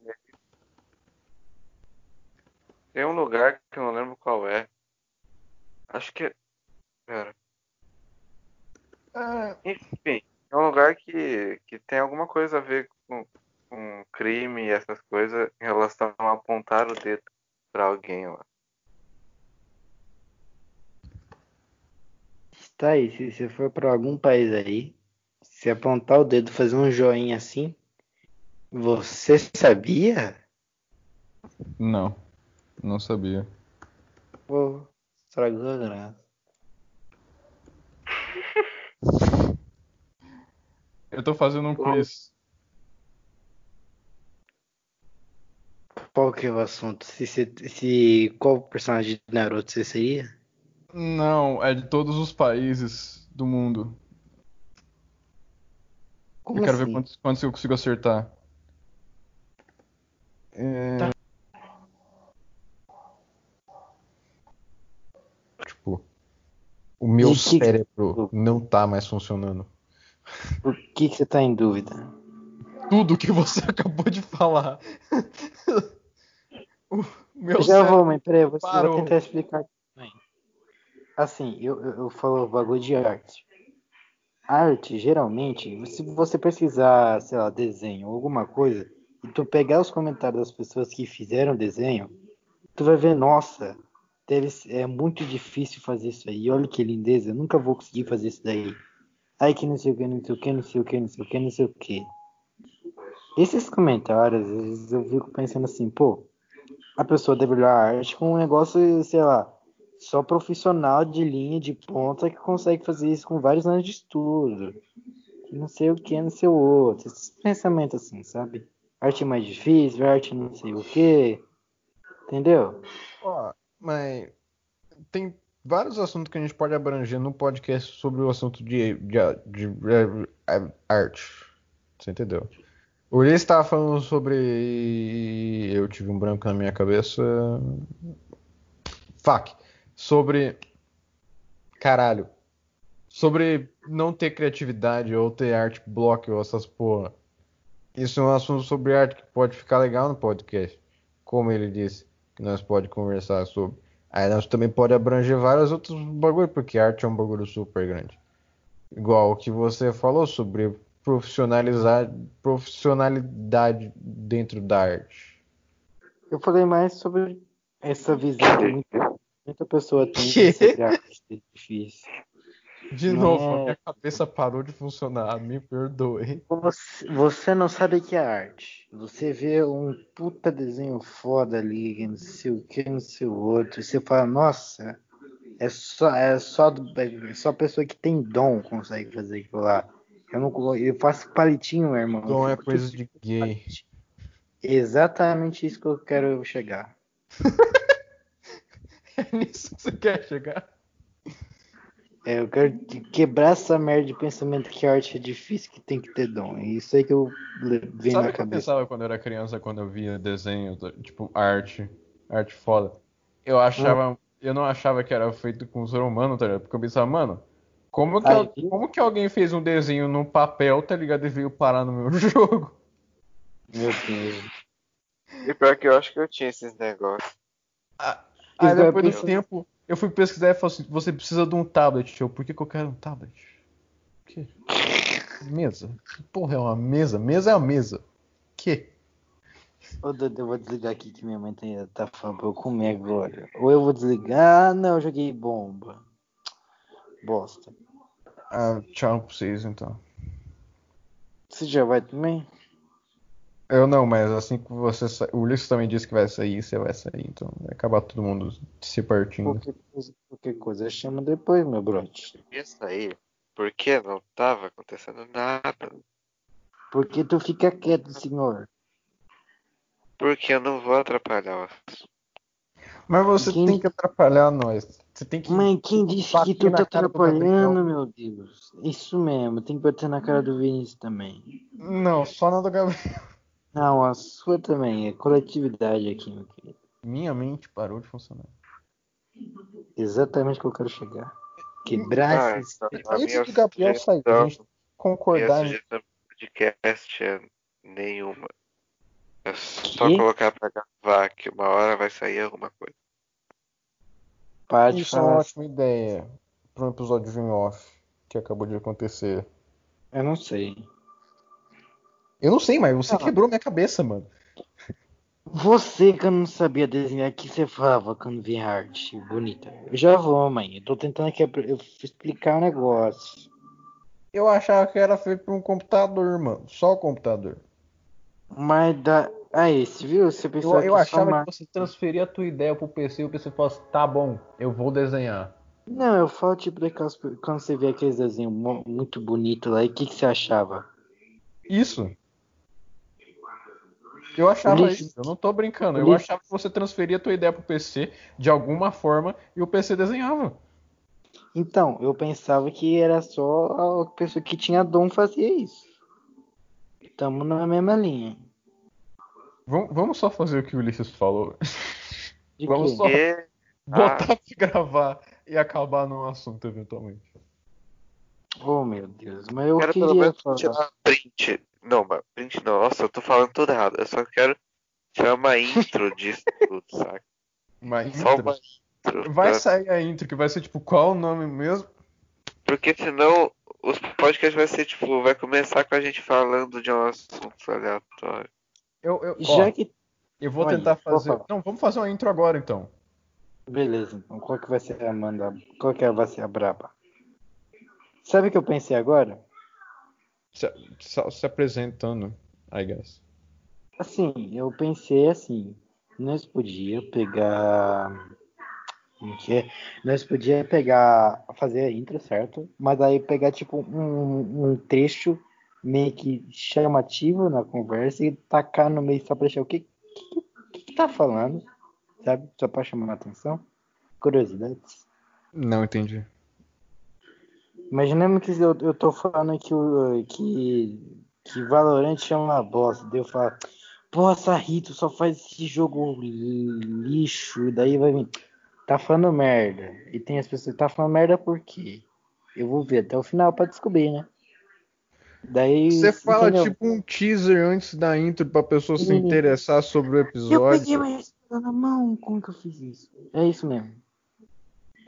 Speaker 4: Tem um lugar que eu não lembro qual é. Acho que. é- Pera. Enfim, é um lugar que, que tem alguma coisa a ver com, com crime e essas coisas em relação a apontar o dedo pra alguém lá.
Speaker 3: Tá aí, se você for pra algum país aí, se apontar o dedo, fazer um joinha assim, você sabia?
Speaker 5: Não, não sabia.
Speaker 3: Pô, estragou a graça.
Speaker 5: Eu tô fazendo um
Speaker 4: Bom.
Speaker 5: quiz.
Speaker 3: Qual que é o assunto? Se, se, se- qual personagem de Naruto você seria?
Speaker 5: Não, é de todos os países do mundo.
Speaker 3: Como
Speaker 5: eu quero ver
Speaker 3: assim?
Speaker 5: quantos, quantos eu consigo acertar. É... Tipo, o meu
Speaker 3: De que-
Speaker 5: cérebro não tá mais funcionando.
Speaker 3: Por que, que você tá em dúvida?
Speaker 5: Tudo que você acabou de falar. o meu
Speaker 6: Eu já
Speaker 5: cérebro
Speaker 6: vou, mãe, peraí, eu vou, eu
Speaker 5: parou.
Speaker 6: vou tentar explicar.
Speaker 3: Assim, eu, eu, eu falo bagulho de arte. Arte, geralmente, se você pesquisar, sei lá, desenho ou alguma coisa, e tu pegar os comentários das pessoas que fizeram desenho, tu vai ver, nossa, deve, ser- é muito difícil fazer isso aí, olha que lindeza, eu nunca vou conseguir fazer isso daí. Ai, que não sei o que, não sei o que, não sei o que, não sei o que, não sei o que. Esses comentários, às vezes eu fico pensando assim, pô, a pessoa deve olhar a arte com um negócio, sei lá, só profissional de linha de ponta que consegue fazer isso com vários anos de estudo. Que Não sei o que, não sei o outro. Esses pensamentos assim, sabe? Arte mais difícil, arte não sei o que. Entendeu?
Speaker 5: Ó, mas tem vários assuntos que a gente pode abranger no podcast sobre o assunto de, de, de- de- arte. Você entendeu? O Ulisses estava falando sobre. Eu tive um branco na minha cabeça. Fuck. Sobre. Caralho. Sobre não ter criatividade ou ter arte block ou essas porra. Isso é um assunto sobre arte que pode ficar legal no podcast. Como ele disse que nós pode conversar sobre. Aí nós também pode abranger vários outros bagulho, porque arte é um bagulho super grande. Igual o que você falou sobre profissionalizar profissionalidade dentro da arte.
Speaker 3: Eu falei mais sobre essa visão que muita, muita pessoa
Speaker 5: Que?
Speaker 3: tem sobre arte difícil.
Speaker 5: De
Speaker 3: Não
Speaker 5: novo,
Speaker 3: é-
Speaker 5: a minha cabeça parou de funcionar, me perdoe.
Speaker 3: Você, você não sabe o que é arte. Você vê um puta desenho foda ali, não sei o que, não sei o outro, e você fala, nossa, é só, é só, do- é só a pessoa que tem dom consegue fazer aquilo lá. Eu, não, colo- eu faço palitinho, meu irmão. Tipo,
Speaker 5: Dom é
Speaker 3: Fico
Speaker 5: coisa de gay.
Speaker 3: Exatamente isso que eu quero chegar.
Speaker 5: É nisso que você quer chegar?
Speaker 3: É, eu quero que- quebrar essa merda de pensamento que a arte é difícil, que tem que ter dom. É isso aí que eu le-
Speaker 5: Sabe
Speaker 3: vem na
Speaker 5: o que eu
Speaker 3: cabeça.
Speaker 5: pensava quando eu era criança, quando eu via desenho, tipo arte, arte foda? Eu
Speaker 3: Hum.
Speaker 5: achava, eu não achava que era feito com ser humano, tá ligado? Porque eu pensava, mano, como que,
Speaker 3: Aí,
Speaker 5: al- como que alguém fez um desenho num papel, tá ligado? E veio parar no meu jogo?
Speaker 3: Meu Deus.
Speaker 4: E pior que eu acho que eu tinha esses negócios.
Speaker 5: Aí
Speaker 3: Isso é
Speaker 5: depois do
Speaker 3: porque-
Speaker 5: tempo, eu fui pesquisar e falei assim, você precisa de um tablet, tio. Por que, que eu quero um tablet? Que? Mesa? Que porra é uma mesa? Mesa é uma mesa. Que?
Speaker 3: Ô, Dudu, eu vou desligar aqui que minha mãe tá, tá falando pra eu comer agora. Ou eu vou desligar. Ah, não, eu joguei bomba. Bosta.
Speaker 5: Ah, tchau pra vocês então.
Speaker 3: Você já vai também?
Speaker 5: Eu não, mas assim que você sa... O Ulisses também disse que vai sair, você vai sair, então vai acabar todo mundo se partindo.
Speaker 3: Qualquer coisa, qualquer coisa chama depois, meu brote.
Speaker 4: Isso aí. Porque não tava acontecendo nada.
Speaker 3: Porque tu fica quieto, senhor.
Speaker 4: Porque eu não vou atrapalhar. o-
Speaker 5: Mas você
Speaker 3: Quem-
Speaker 5: tem que atrapalhar nós. Você tem que.
Speaker 3: Mãe, quem disse
Speaker 5: Bate
Speaker 3: que tu
Speaker 5: na
Speaker 3: tá
Speaker 5: cara do Patacão.
Speaker 3: atrapalhando, meu Deus? Isso mesmo, tem que bater na cara do Vinícius também.
Speaker 5: Não, só na do Gabriel.
Speaker 3: Não, a sua também, é coletividade aqui, meu querido.
Speaker 5: Minha mente parou de funcionar.
Speaker 3: Exatamente o que eu quero chegar.
Speaker 5: Ah,
Speaker 3: Quebrar esses.
Speaker 4: Ah, então, a
Speaker 5: Antes
Speaker 4: minha
Speaker 5: do Gabriel sair, a gente
Speaker 4: sugestão- minha
Speaker 5: concordar. em-
Speaker 4: sugestão de podcast é nenhuma. É só
Speaker 3: Que?
Speaker 4: colocar pra gravar que uma hora vai sair alguma coisa.
Speaker 3: Para de
Speaker 5: Isso é uma
Speaker 3: falar. assim,
Speaker 5: ótima ideia para um episódio de um off que acabou de acontecer.
Speaker 3: Eu não sei.
Speaker 5: Eu não sei, mas você
Speaker 3: Ah.
Speaker 5: quebrou minha cabeça, mano.
Speaker 3: Você que eu não sabia desenhar, que você falava quando via arte bonita. Eu já vou, mãe. Eu tô tentando que eu explicar o negócio.
Speaker 5: Eu achava que era feito por um computador, mano. Só o computador.
Speaker 3: Mas dá. Aí, você viu? Você
Speaker 5: Eu,
Speaker 3: pensou
Speaker 5: eu
Speaker 3: que só
Speaker 5: achava
Speaker 3: uma...
Speaker 5: que você transferia a tua ideia pro PC e o PC falasse, tá bom, eu vou desenhar.
Speaker 3: Não, eu falo tipo daquelas. Quando você vê aqueles desenhos mo- muito bonitos lá, e o que, que você achava?
Speaker 5: Isso. Eu achava
Speaker 3: Ulisses.
Speaker 5: isso, eu não tô brincando. Eu
Speaker 3: Ulisses.
Speaker 5: achava que você transferia a tua ideia pro PC de alguma forma e o PC desenhava.
Speaker 3: Então, eu pensava que era só a pessoa que tinha dom fazia isso. Tamo na mesma linha.
Speaker 5: Vam- vamos só fazer o que o Ulisses falou.
Speaker 3: De
Speaker 5: Vamos
Speaker 3: quê?
Speaker 5: só
Speaker 4: E
Speaker 5: botar pra gravar e acabar num assunto eventualmente.
Speaker 3: Oh, meu Deus. Mas eu
Speaker 4: quero pelo
Speaker 3: queria
Speaker 4: menos
Speaker 3: falar.
Speaker 4: tirar print. Não, mas print não. Nossa, eu tô falando tudo errado. Eu só quero tirar uma intro disso tudo, saca?
Speaker 5: Mas
Speaker 4: Só
Speaker 5: intro-
Speaker 4: uma intro.
Speaker 5: vai
Speaker 4: pra-
Speaker 5: sair a intro, que vai ser tipo, qual o nome mesmo?
Speaker 4: Porque senão os podcasts vai ser tipo, vai começar com a gente falando de um assunto aleatório.
Speaker 5: Eu, eu, ó,
Speaker 3: Já que.
Speaker 5: eu vou
Speaker 3: Olha,
Speaker 5: tentar
Speaker 3: vou
Speaker 5: fazer.
Speaker 3: falar.
Speaker 5: Não, vamos fazer uma intro agora então.
Speaker 3: Beleza, então. Qual que vai ser a Amanda? Qual que vai ser a braba? Sabe o que eu pensei agora?
Speaker 5: se, se- se apresentando, I guess.
Speaker 3: Assim, eu pensei assim. Nós podia pegar. Como que é? Nós podia pegar. Fazer a intro, certo? Mas aí pegar, tipo, um, um trecho meio que chamativo na conversa e tacar no meio só pra deixar o que, que, que, que tá falando, sabe? Só pra chamar a atenção. Curiosidades.
Speaker 5: Não entendi.
Speaker 3: Imaginemos que é eu, eu tô falando que, o- que, que Valorant chama uma bosta. Daí eu falo, bosta, Rito, só faz esse jogo lixo. E daí vai vir, tá falando merda. E tem as pessoas, tá falando merda por quê? Eu vou ver até o final pra descobrir, né? Daí.
Speaker 5: Você fala
Speaker 3: entendeu?
Speaker 5: tipo um teaser antes da intro pra pessoa se
Speaker 3: Hum.
Speaker 5: interessar sobre o
Speaker 3: Eu peguei
Speaker 5: episódio.
Speaker 3: uma espada na mão, como que eu fiz isso? É isso mesmo.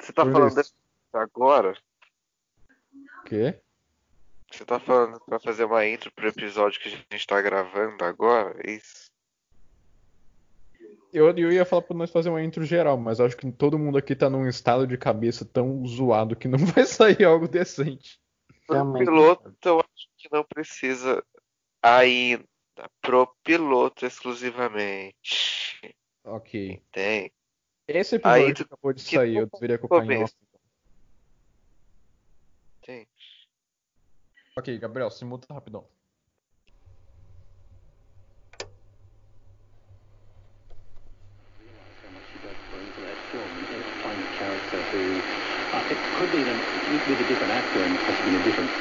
Speaker 4: Você tá
Speaker 5: Por
Speaker 4: falando
Speaker 5: isso.
Speaker 4: agora?
Speaker 5: O quê?
Speaker 4: Você tá falando pra fazer uma intro pro episódio que a gente tá gravando agora? É Isso.
Speaker 5: Eu, eu ia falar pra nós fazer uma intro geral, mas acho que todo mundo aqui tá num estado de cabeça tão zoado que não vai sair algo decente.
Speaker 4: Pro
Speaker 3: Também.
Speaker 4: piloto, eu acho que não precisa ainda. Pro piloto exclusivamente.
Speaker 5: Ok.
Speaker 4: Tem.
Speaker 5: Esse episódio
Speaker 4: Aí tu-
Speaker 5: que acabou de
Speaker 4: que
Speaker 5: sair,
Speaker 4: tu-
Speaker 5: eu deveria colocar em off.
Speaker 4: Tem.
Speaker 5: Ok, Gabriel, se muta rapidão.
Speaker 9: character who uh, it could be an, with a different actor and possibly a different